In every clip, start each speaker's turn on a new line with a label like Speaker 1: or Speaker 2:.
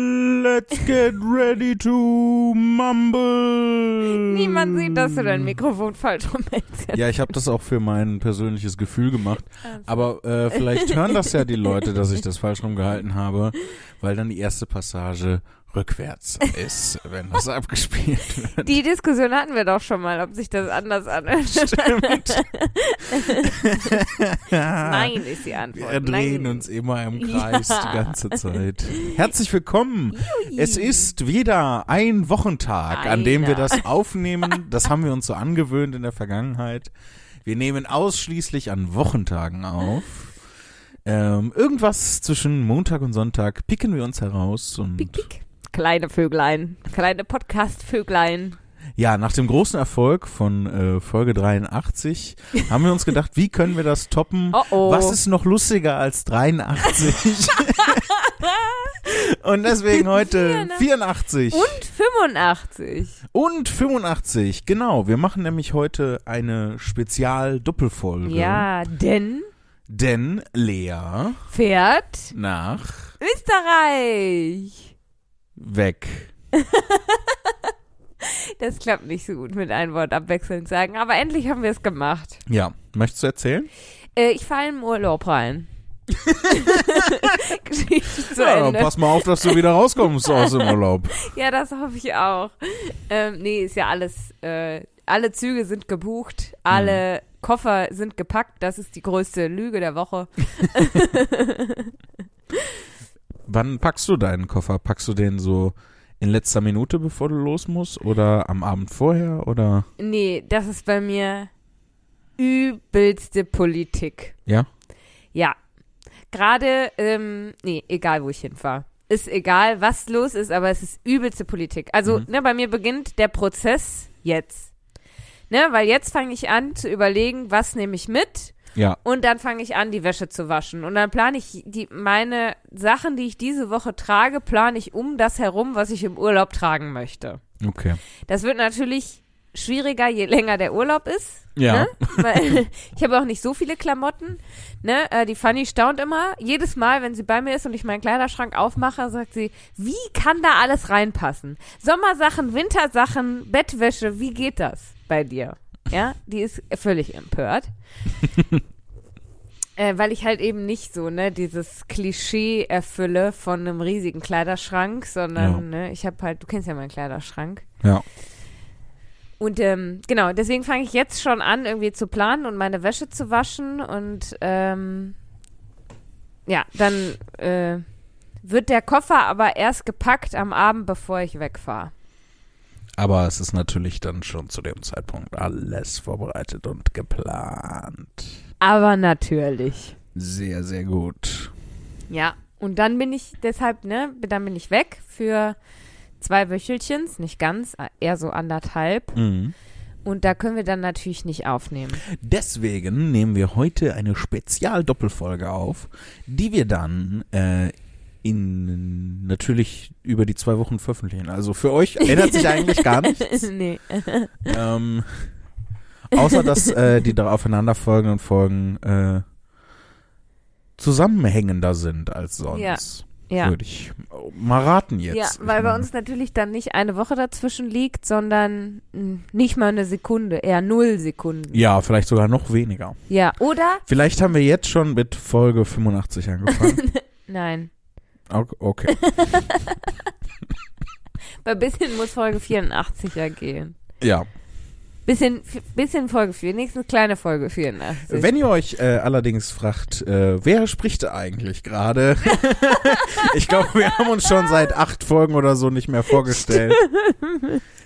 Speaker 1: Let's get ready to mumble.
Speaker 2: Niemand sieht, dass du dein Mikrofon falsch rumhältst.
Speaker 1: Hm. Ja, ich habe das auch für mein persönliches Gefühl gemacht. Aber äh, vielleicht hören das ja die Leute, dass ich das falsch rumgehalten habe, weil dann die erste Passage rückwärts ist, wenn das abgespielt wird.
Speaker 2: Die Diskussion hatten wir doch schon mal, ob sich das anders anhört.
Speaker 1: Stimmt.
Speaker 2: Nein, ist die Antwort.
Speaker 1: Wir drehen
Speaker 2: Nein.
Speaker 1: uns immer im Kreis
Speaker 2: Ja.
Speaker 1: die ganze Zeit. Herzlich willkommen. Es ist wieder ein Wochentag, an dem wir
Speaker 2: Einer.
Speaker 1: das aufnehmen. Das haben wir uns so angewöhnt in der Vergangenheit. Wir nehmen ausschließlich an Wochentagen auf. Ähm, irgendwas zwischen Montag und Sonntag picken wir uns heraus und
Speaker 2: Pick, pick. Kleine Vöglein, kleine Podcast-Vöglein.
Speaker 1: ja, nach dem großen Erfolg von äh, Folge 83 haben wir uns gedacht, wie können wir das toppen?
Speaker 2: Oh oh.
Speaker 1: Was ist noch lustiger als 83? Und deswegen heute 84
Speaker 2: ne? Und 85.
Speaker 1: und 85. Genau, wir machen nämlich heute eine Spezial-Doppelfolge.
Speaker 2: Ja, denn
Speaker 1: Denn Lea
Speaker 2: fährt
Speaker 1: nach
Speaker 2: Österreich.
Speaker 1: weg.
Speaker 2: Das klappt nicht so gut mit einem Wort abwechselnd sagen, aber endlich haben wir es gemacht.
Speaker 1: Ja, möchtest du erzählen?
Speaker 2: Äh, ich falle im Urlaub rein. Geschichte zu
Speaker 1: ja,
Speaker 2: Ende.
Speaker 1: pass mal auf, dass du wieder rauskommst aus dem Urlaub.
Speaker 2: Ja, das hoffe ich auch. Ähm, nee, ist ja alles, äh, alle Züge sind gebucht, alle Koffer sind gepackt. Das ist die größte Lüge der Woche.
Speaker 1: Wann packst du deinen Koffer? Packst du den so in letzter Minute, bevor du los musst? Oder am Abend vorher? Oder?
Speaker 2: Nee, das ist bei mir übelste Politik.
Speaker 1: Ja?
Speaker 2: Ja. Gerade, ähm, nee, egal wo ich hinfahre. Ist egal, was los ist, aber es ist übelste Politik. Also,
Speaker 1: Mhm.
Speaker 2: ne, bei mir beginnt der Prozess jetzt. Ne, weil jetzt fange ich an zu überlegen, was nehme ich mit
Speaker 1: Ja.
Speaker 2: und dann fange ich an, die Wäsche zu waschen. Und dann plane ich die, meine Sachen, die ich diese Woche trage, plane ich um das herum, was ich im Urlaub tragen möchte.
Speaker 1: Okay.
Speaker 2: Das wird natürlich schwieriger, je länger der Urlaub ist.
Speaker 1: Ja.
Speaker 2: Ne? Weil ich habe auch nicht so viele Klamotten. Ne? Äh, die Fanny staunt immer. Jedes Mal, wenn sie bei mir ist und ich meinen Kleiderschrank aufmache, sagt sie, wie kann da alles reinpassen? Sommersachen, Wintersachen, Bettwäsche, wie geht das bei dir? Ja, die ist völlig empört. Äh, weil ich halt eben nicht so, ne, dieses Klischee erfülle von einem riesigen Kleiderschrank, sondern,
Speaker 1: Ja.
Speaker 2: ne, ich habe halt, du kennst ja meinen Kleiderschrank.
Speaker 1: Ja.
Speaker 2: Und ähm, genau, deswegen fange ich jetzt schon an, irgendwie zu planen und meine Wäsche zu waschen. Und ähm, ja, dann äh, wird der Koffer aber erst gepackt am Abend, bevor ich wegfahre.
Speaker 1: Aber es ist natürlich dann schon zu dem Zeitpunkt alles vorbereitet und geplant.
Speaker 2: Aber natürlich.
Speaker 1: Sehr, sehr gut.
Speaker 2: Ja. Und dann bin ich deshalb, ne, dann bin ich weg für zwei Wöchelchens, nicht ganz, äh, eher so anderthalb. Und da können wir dann natürlich nicht aufnehmen.
Speaker 1: Deswegen nehmen wir heute eine Spezial-Doppelfolge auf, die wir dann äh, in natürlich über die zwei Wochen veröffentlichen. Also für euch ändert sich eigentlich gar nichts.
Speaker 2: nee.
Speaker 1: Ähm, außer dass äh, die drei aufeinanderfolgenden Folgen äh, zusammenhängender sind als sonst.
Speaker 2: Ja.
Speaker 1: Würde ich mal raten jetzt. Mhm.
Speaker 2: Ja,
Speaker 1: Ich
Speaker 2: weil bei
Speaker 1: meine-
Speaker 2: uns natürlich dann nicht eine Woche dazwischen liegt, sondern mh, nicht mal eine Sekunde, eher null Sekunden. Ja.
Speaker 1: Ja, vielleicht sogar noch weniger.
Speaker 2: Oder?
Speaker 1: Vielleicht haben wir jetzt schon mit Folge 85 angefangen.
Speaker 2: Nein.
Speaker 1: O- Okay.
Speaker 2: Bei bisschen muss Folge 84 ja gehen.
Speaker 1: Ja.
Speaker 2: Bisschen, f- bisschen Folge 4, nächstens kleine Folge 84.
Speaker 1: Wenn ihr euch äh, allerdings fragt, äh, wer spricht da eigentlich gerade? ich glaube, wir haben uns schon seit acht Folgen oder so nicht mehr vorgestellt.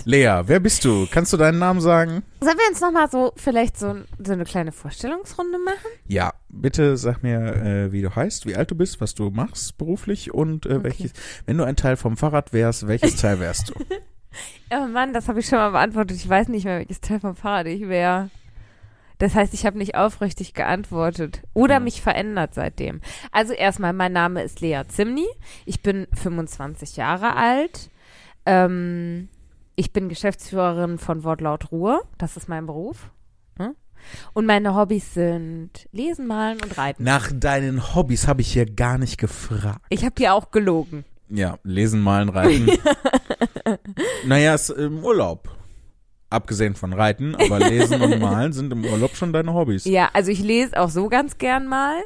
Speaker 1: Lea, wer bist du? Kannst du deinen Namen sagen?
Speaker 2: Sollen wir uns nochmal so, vielleicht so, ein- so eine kleine Vorstellungsrunde machen?
Speaker 1: Ja, bitte sag mir, äh, wie du heißt, wie alt du bist, was du machst beruflich und äh, welches, wenn du ein Teil vom Fahrrad wärst, welches Teil wärst du?
Speaker 2: Oh Mann, das habe ich schon mal beantwortet. Ich weiß nicht mehr, welches Teil vom Fahrrad ich wäre. Das heißt, ich habe nicht aufrichtig geantwortet oder
Speaker 1: Mhm.
Speaker 2: mich verändert seitdem. Also erstmal, mein Name ist Lea Zimni. Ich bin 25 Jahre alt. Ähm, ich bin Geschäftsführerin von Wortlaut Ruhe. Das ist mein Beruf. Hm? Und meine Hobbys sind Lesen, Malen und Reiten.
Speaker 1: Nach deinen Hobbys habe ich hier gar nicht gefragt.
Speaker 2: Ich habe hier auch gelogen.
Speaker 1: Ja, lesen, malen, reiten. naja, ist im Urlaub. Abgesehen von Reiten, aber Lesen und Malen sind im Urlaub schon deine Hobbys.
Speaker 2: Ja, also ich lese auch so ganz gern mal.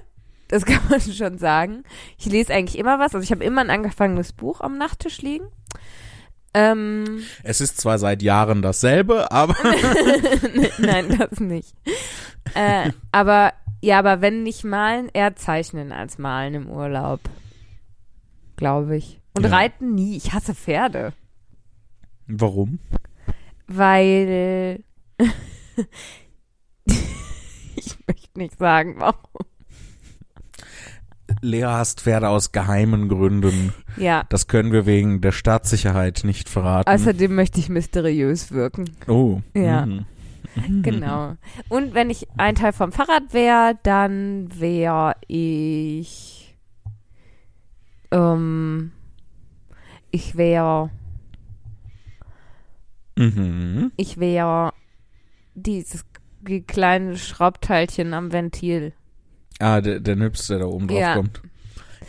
Speaker 2: Das kann man schon sagen. Ich lese eigentlich immer was. Also ich habe immer ein angefangenes Buch am Nachttisch liegen. Ähm,
Speaker 1: Es ist zwar seit Jahren dasselbe, aber
Speaker 2: Nein, das nicht. Äh, aber ja, aber wenn nicht malen, eher zeichnen als malen im Urlaub. Glaube ich. Und
Speaker 1: Ja.
Speaker 2: reiten nie. Ich hasse Pferde.
Speaker 1: warum?
Speaker 2: Weil. ich möchte nicht sagen, warum.
Speaker 1: Lea hasst Pferde aus geheimen Gründen.
Speaker 2: Ja.
Speaker 1: Das können wir wegen der Staatssicherheit nicht verraten.
Speaker 2: Außerdem möchte ich mysteriös wirken.
Speaker 1: oh.
Speaker 2: Also, Ja.
Speaker 1: mhm.
Speaker 2: Genau. Und wenn ich ein Teil vom Fahrrad wäre, dann wäre ich. Ähm, ich wäre.
Speaker 1: Mhm.
Speaker 2: Ich wäre dieses die kleine Schraubteilchen am Ventil.
Speaker 1: Ah, der, der Nips, der da oben drauf
Speaker 2: Ja.
Speaker 1: kommt.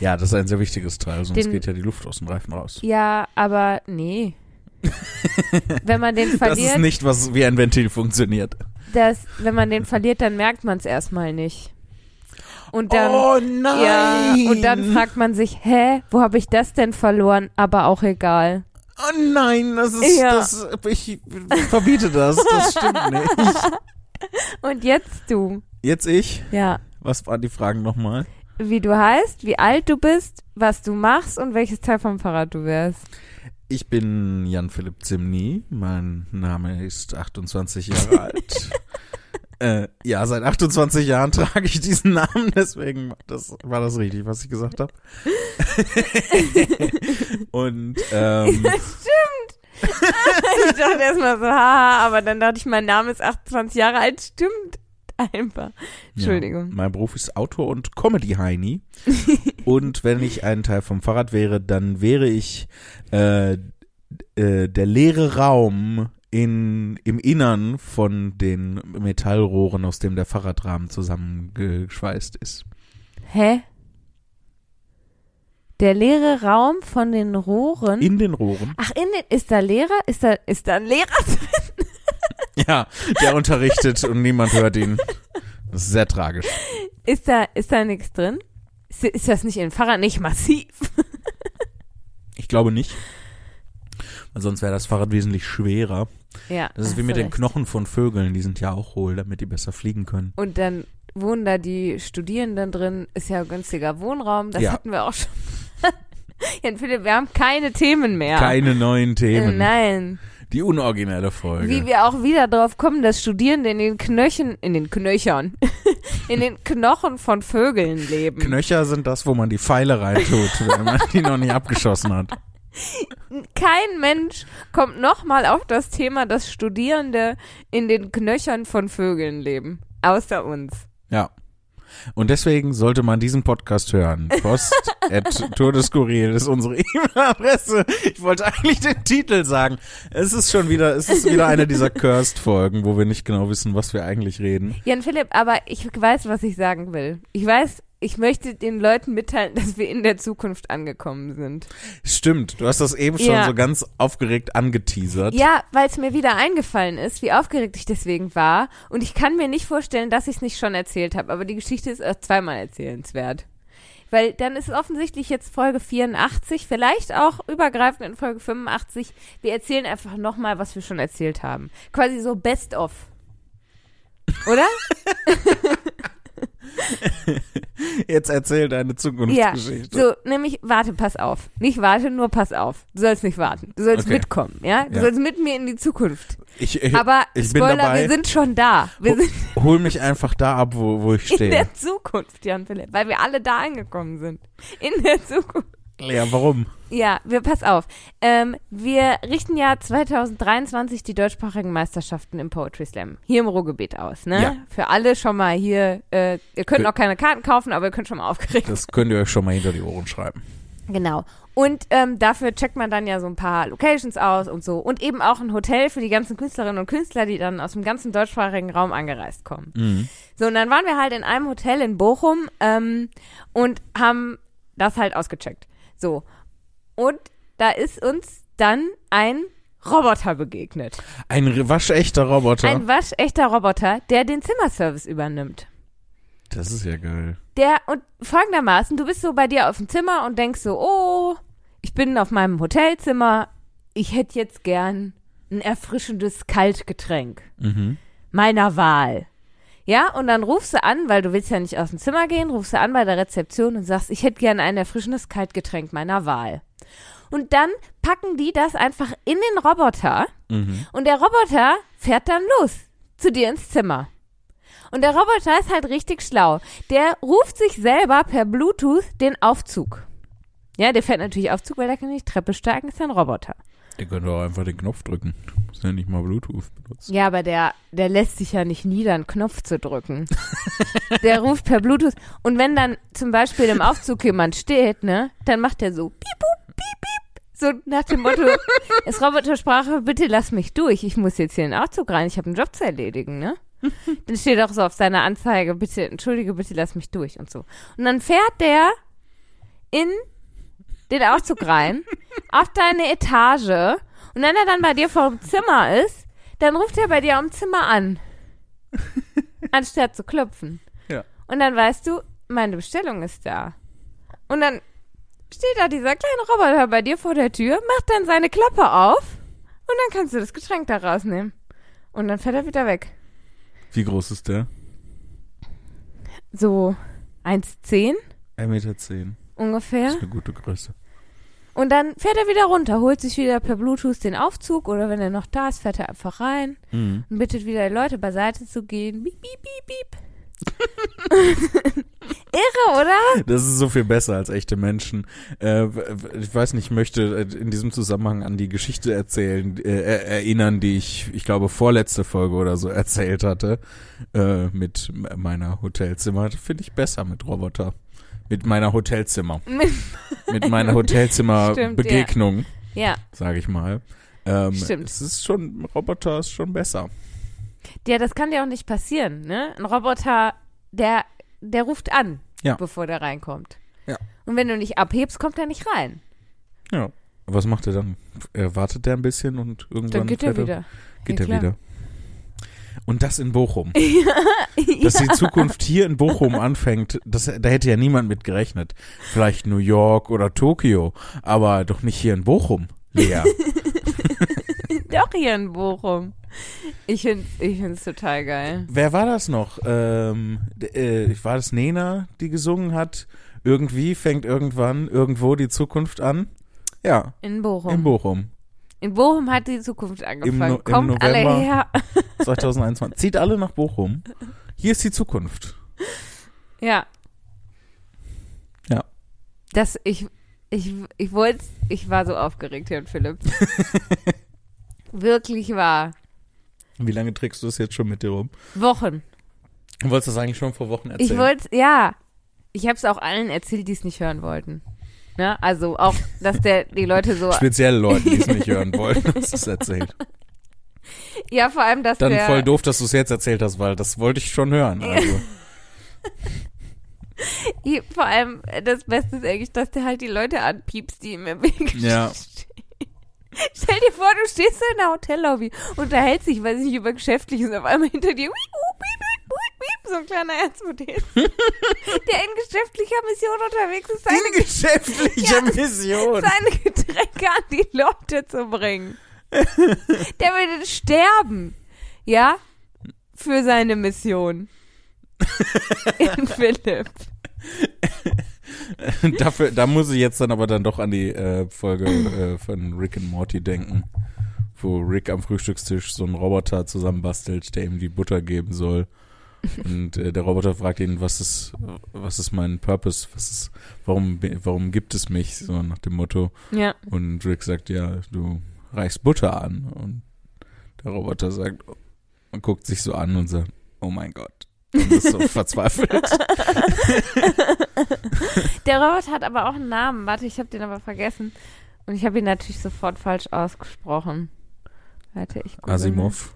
Speaker 1: Ja, das ist ein sehr wichtiges Teil, sonst
Speaker 2: Den-
Speaker 1: geht ja die Luft aus dem Reifen raus.
Speaker 2: Ja, aber nee. wenn man den
Speaker 1: Das ist
Speaker 2: verliert,
Speaker 1: nicht, was wie ein Ventil funktioniert.
Speaker 2: das, wenn man den verliert, dann merkt man es erstmal nicht. Und dann
Speaker 1: oh nein!
Speaker 2: ja, und dann fragt man sich, hä, wo habe ich das denn verloren? Aber auch egal.
Speaker 1: Oh nein, das ist,
Speaker 2: Ja.
Speaker 1: das, ich verbiete das, das stimmt nicht.
Speaker 2: Und jetzt du.
Speaker 1: Jetzt ich,
Speaker 2: Ja.
Speaker 1: was waren die Fragen nochmal?
Speaker 2: Wie du heißt, wie alt du bist, was du machst und welches Teil vom Fahrrad du wärst.
Speaker 1: Ich bin Jan-Philipp Zimny, mein Name ist 28 Jahre alt. Äh, ja, seit 28 Jahren trage ich diesen Namen, deswegen war das, war das richtig, was ich gesagt habe. und ähm,
Speaker 2: Ich dachte erstmal so, haha, aber dann dachte ich, mein Name ist 28 Jahre alt, stimmt. Einfach. Entschuldigung.
Speaker 1: Ja, mein Beruf ist Autor und Comedy-Heini. und wenn ich ein Teil vom Fahrrad wäre, dann wäre ich äh, äh, der leere Raum in, im Innern von den Metallrohren, aus dem der Fahrradrahmen zusammengeschweißt ist.
Speaker 2: Hä? Der leere Raum von den Rohren.
Speaker 1: In den Rohren.
Speaker 2: Ach, in den, ist da Lehrer? Ist da, ist da ein Lehrer?
Speaker 1: Ja, der unterrichtet und niemand hört ihn. Das ist sehr tragisch.
Speaker 2: Ist da, ist da nichts drin? Ist, ist das nicht in Fahrrad nicht massiv?
Speaker 1: Ich glaube nicht. Weil sonst wäre das Fahrrad wesentlich schwerer.
Speaker 2: Ja.
Speaker 1: Das ist wie
Speaker 2: hast
Speaker 1: mit
Speaker 2: du
Speaker 1: den
Speaker 2: recht.
Speaker 1: Knochen von Vögeln. Die sind ja auch hohl, damit die besser fliegen können.
Speaker 2: Und dann wohnen da die Studierenden drin, ist ja günstiger Wohnraum, das
Speaker 1: Ja.
Speaker 2: hatten wir auch schon. Jan Philipp, wir haben keine Themen mehr.
Speaker 1: Keine neuen
Speaker 2: Äh,
Speaker 1: Themen.
Speaker 2: Nein.
Speaker 1: Die unoriginelle Folge.
Speaker 2: Wie wir auch wieder drauf kommen, dass Studierende in den Knöchen, in den Knöchern, in den Knochen von Vögeln leben.
Speaker 1: Knöcher sind das, wo man die Pfeile reintut, wenn man die noch nicht abgeschossen hat.
Speaker 2: Kein Mensch kommt nochmal auf das Thema, dass Studierende in den Knöchern von Vögeln leben. Außer uns.
Speaker 1: Ja. Und deswegen sollte man diesen Podcast hören. Post at Tour des Skurril ist unsere E-Mail-Adresse. Ich wollte eigentlich den Titel sagen. Es ist schon wieder, es ist wieder eine dieser Cursed-Folgen, wo wir nicht genau wissen, was wir eigentlich reden.
Speaker 2: Jan Philipp, aber ich weiß, was ich sagen will. Ich weiß, ich möchte den Leuten mitteilen, dass wir in der Zukunft angekommen sind.
Speaker 1: Stimmt, du hast das eben schon
Speaker 2: Ja.
Speaker 1: so ganz aufgeregt angeteasert.
Speaker 2: Ja, weil es mir wieder eingefallen ist, wie aufgeregt ich deswegen war. Und ich kann mir nicht vorstellen, dass ich es nicht schon erzählt habe. Aber die Geschichte ist erst zweimal erzählenswert. Weil dann ist es offensichtlich jetzt Folge 84, vielleicht auch übergreifend in Folge 85. Wir erzählen einfach nochmal, was wir schon erzählt haben. Quasi so best of. Oder?
Speaker 1: Jetzt erzähl deine Zukunftsgeschichte.
Speaker 2: So, nämlich, warte, pass auf. Nicht warte, nur pass auf. Du sollst nicht warten. Du sollst
Speaker 1: Okay.
Speaker 2: mitkommen, ja? Du
Speaker 1: Ja.
Speaker 2: sollst mit mir in die Zukunft.
Speaker 1: Ich, ich
Speaker 2: Aber
Speaker 1: ich bin
Speaker 2: Spoiler,
Speaker 1: dabei. Oh,
Speaker 2: wir sind schon da. Wir sind
Speaker 1: hol mich einfach da ab, wo, wo ich
Speaker 2: in
Speaker 1: stehe.
Speaker 2: der Zukunft, Jan Philipp, weil wir alle da angekommen sind. In der Zukunft.
Speaker 1: Lea, warum?
Speaker 2: Ja, wir pass auf. Ähm, wir richten ja 2023 die deutschsprachigen Meisterschaften im Poetry Slam hier im Ruhrgebiet aus. Ne?
Speaker 1: Ja.
Speaker 2: Für alle schon mal hier. Äh, ihr könnt
Speaker 1: Ge-
Speaker 2: noch keine Karten kaufen, aber ihr könnt schon mal aufgeregt.
Speaker 1: Das könnt ihr euch schon mal hinter die Ohren schreiben.
Speaker 2: Genau. Und ähm, dafür checkt man dann ja so ein paar Locations aus und so. Und eben auch ein Hotel für die ganzen Künstlerinnen und Künstler, die dann aus dem ganzen deutschsprachigen Raum angereist kommen.
Speaker 1: Mhm.
Speaker 2: So, und dann waren wir halt in einem Hotel in Bochum ähm, und haben das halt ausgecheckt. So. Und da ist uns dann ein Roboter begegnet.
Speaker 1: Ein re- waschechter Roboter.
Speaker 2: Ein waschechter Roboter, der den Zimmerservice übernimmt.
Speaker 1: das ist ja geil.
Speaker 2: Der, und folgendermaßen, du bist so bei dir auf dem Zimmer und denkst so, oh, ich bin auf meinem Hotelzimmer, ich hätte jetzt gern ein erfrischendes Kaltgetränk.
Speaker 1: Mhm.
Speaker 2: meiner Wahl. Ja, und dann rufst du an, weil du willst ja nicht aus dem Zimmer gehen, rufst du an bei der Rezeption und sagst, ich hätte gerne ein erfrischendes Kaltgetränk meiner Wahl. Und dann packen die das einfach in den Roboter
Speaker 1: Mhm.
Speaker 2: und der Roboter fährt dann los zu dir ins Zimmer. Und der Roboter ist halt richtig schlau. Der ruft sich selber per Bluetooth den Aufzug. Ja, der fährt natürlich Aufzug, weil der kann nicht Treppe steigen, ist ja ein Roboter.
Speaker 1: Ihr könnt auch einfach den Knopf drücken. Muss ja nicht mal Bluetooth benutzen.
Speaker 2: Ja, aber der, der lässt sich ja nicht nieder, einen Knopf zu drücken. der ruft per Bluetooth. Und wenn dann zum Beispiel im Aufzug jemand steht, ne, dann macht der so piep, piep, piep, piep. So nach dem Motto, ist Robotersprache, bitte lass mich durch. Ich muss jetzt hier in den Aufzug rein, ich habe einen Job zu erledigen, ne? Dann steht auch so auf seiner Anzeige, bitte, entschuldige, bitte lass mich durch und so. Und dann fährt der in den Aufzug rein, auf deine Etage. Und wenn er dann bei dir vor dem Zimmer ist, dann ruft er bei dir am Zimmer an. anstatt zu klopfen.
Speaker 1: Ja.
Speaker 2: Und dann weißt du, meine Bestellung ist da. Und dann steht da dieser kleine Roboter bei dir vor der Tür, macht dann seine Klappe auf und dann kannst du das Getränk da rausnehmen. Und dann fährt er wieder weg.
Speaker 1: Wie groß ist der?
Speaker 2: So 1,10
Speaker 1: 1,10 Meter. Zehn.
Speaker 2: ungefähr.
Speaker 1: Ist eine gute Größe.
Speaker 2: Und dann fährt er wieder runter, holt sich wieder per Bluetooth den Aufzug oder wenn er noch da ist, fährt er einfach rein
Speaker 1: Mhm.
Speaker 2: und bittet wieder die Leute beiseite zu gehen. Biep, biep, biep, biep. Irre, oder?
Speaker 1: Das ist so viel besser als echte Menschen. Äh, w- w- ich weiß nicht, ich möchte äh, in diesem Zusammenhang an die Geschichte erzählen, äh, er- erinnern, die ich, ich glaube, vorletzte Folge oder so erzählt hatte, äh, mit m- meiner Hotelzimmer. Finde ich besser mit Roboter. Mit meiner Hotelzimmer. Mit meiner
Speaker 2: Stimmt,
Speaker 1: Hotelzimmer-Begegnung,
Speaker 2: ja,
Speaker 1: sage ich mal. Ähm,
Speaker 2: Stimmt.
Speaker 1: Es ist schon, Roboter ist schon besser.
Speaker 2: ja, das kann dir auch nicht passieren, ne? Ein Roboter, der, der ruft an,
Speaker 1: Ja.
Speaker 2: bevor der reinkommt.
Speaker 1: Ja.
Speaker 2: Und wenn du nicht abhebst, kommt er nicht rein.
Speaker 1: Ja. Was macht er dann? Er wartet er ein bisschen und irgendwann
Speaker 2: Dann geht er
Speaker 1: fährt
Speaker 2: wieder.
Speaker 1: Geht
Speaker 2: Ja,
Speaker 1: er
Speaker 2: klar.
Speaker 1: wieder. Und das in Bochum. Dass die Zukunft hier in Bochum anfängt, das, da hätte ja niemand mit gerechnet. Vielleicht New York oder Tokio, aber doch nicht hier in Bochum, Lea.
Speaker 2: Doch hier in Bochum. Ich find's, ich find's total geil.
Speaker 1: Wer war das noch? Ähm, d- äh, war das Nena, die gesungen hat? Irgendwie fängt irgendwann irgendwo die Zukunft an? Ja,
Speaker 2: In Bochum.
Speaker 1: in Bochum.
Speaker 2: In Bochum hat die Zukunft angefangen.
Speaker 1: No- im
Speaker 2: Kommt alle
Speaker 1: November.
Speaker 2: her.
Speaker 1: 2021. Zieht alle nach Bochum. Hier ist die Zukunft.
Speaker 2: Ja.
Speaker 1: Ja.
Speaker 2: Das, ich, ich, ich wollte, ich war so aufgeregt, Herrn Philipp. Wirklich wahr.
Speaker 1: Wie lange trägst du das jetzt schon mit dir rum?
Speaker 2: Wochen.
Speaker 1: Du wolltest das eigentlich schon vor Wochen erzählen.
Speaker 2: Ich wollte, ja. Ich hab's auch allen erzählt, die es nicht hören wollten. Ne? Also auch, dass der, die Leute so,
Speaker 1: Spezielle Leute, die es nicht hören wollen, dass du es erzählt.
Speaker 2: ja, vor allem, dass
Speaker 1: Dann
Speaker 2: der,
Speaker 1: voll doof, dass du es jetzt erzählt hast, weil das wollte ich schon hören. Also.
Speaker 2: I- Vor allem, äh, das Beste ist eigentlich, dass der halt die Leute anpiepst, die ihm im Weg
Speaker 1: Ja.
Speaker 2: stehen. Stell dir vor, du stehst in der Hotellobby, unterhältst dich, weiß ich nicht, über Geschäftliches, auf einmal hinter dir, wiep, wup, wiep, wiep, wup, wiep, so ein kleiner Erzmodell, der in geschäftlicher Mission unterwegs ist, seine, Ge-
Speaker 1: geschäftliche
Speaker 2: Ja.
Speaker 1: Mission.
Speaker 2: seine Getränke an die Leute zu bringen. Der würde sterben, ja, für seine Jan Philipp.
Speaker 1: Dafür, da muss ich jetzt dann aber dann doch an die äh, Folge äh, von Rick and Morty denken, wo Rick am Frühstückstisch so einen Roboter zusammenbastelt, der ihm die Butter geben soll. Und äh, der Roboter fragt ihn, was ist, was ist mein Purpose? Was ist, warum, bin- warum gibt es mich? So nach dem Motto.
Speaker 2: Ja.
Speaker 1: Und Rick sagt, ja, du reichst Butter an. Und der Roboter sagt, und guckt sich so an und sagt, oh mein Gott. Und ist so verzweifelt.
Speaker 2: Der Roboter hat aber auch einen Namen. Warte, ich habe den aber vergessen. Und ich habe ihn natürlich sofort falsch ausgesprochen. Warte, ich google.
Speaker 1: Asimov.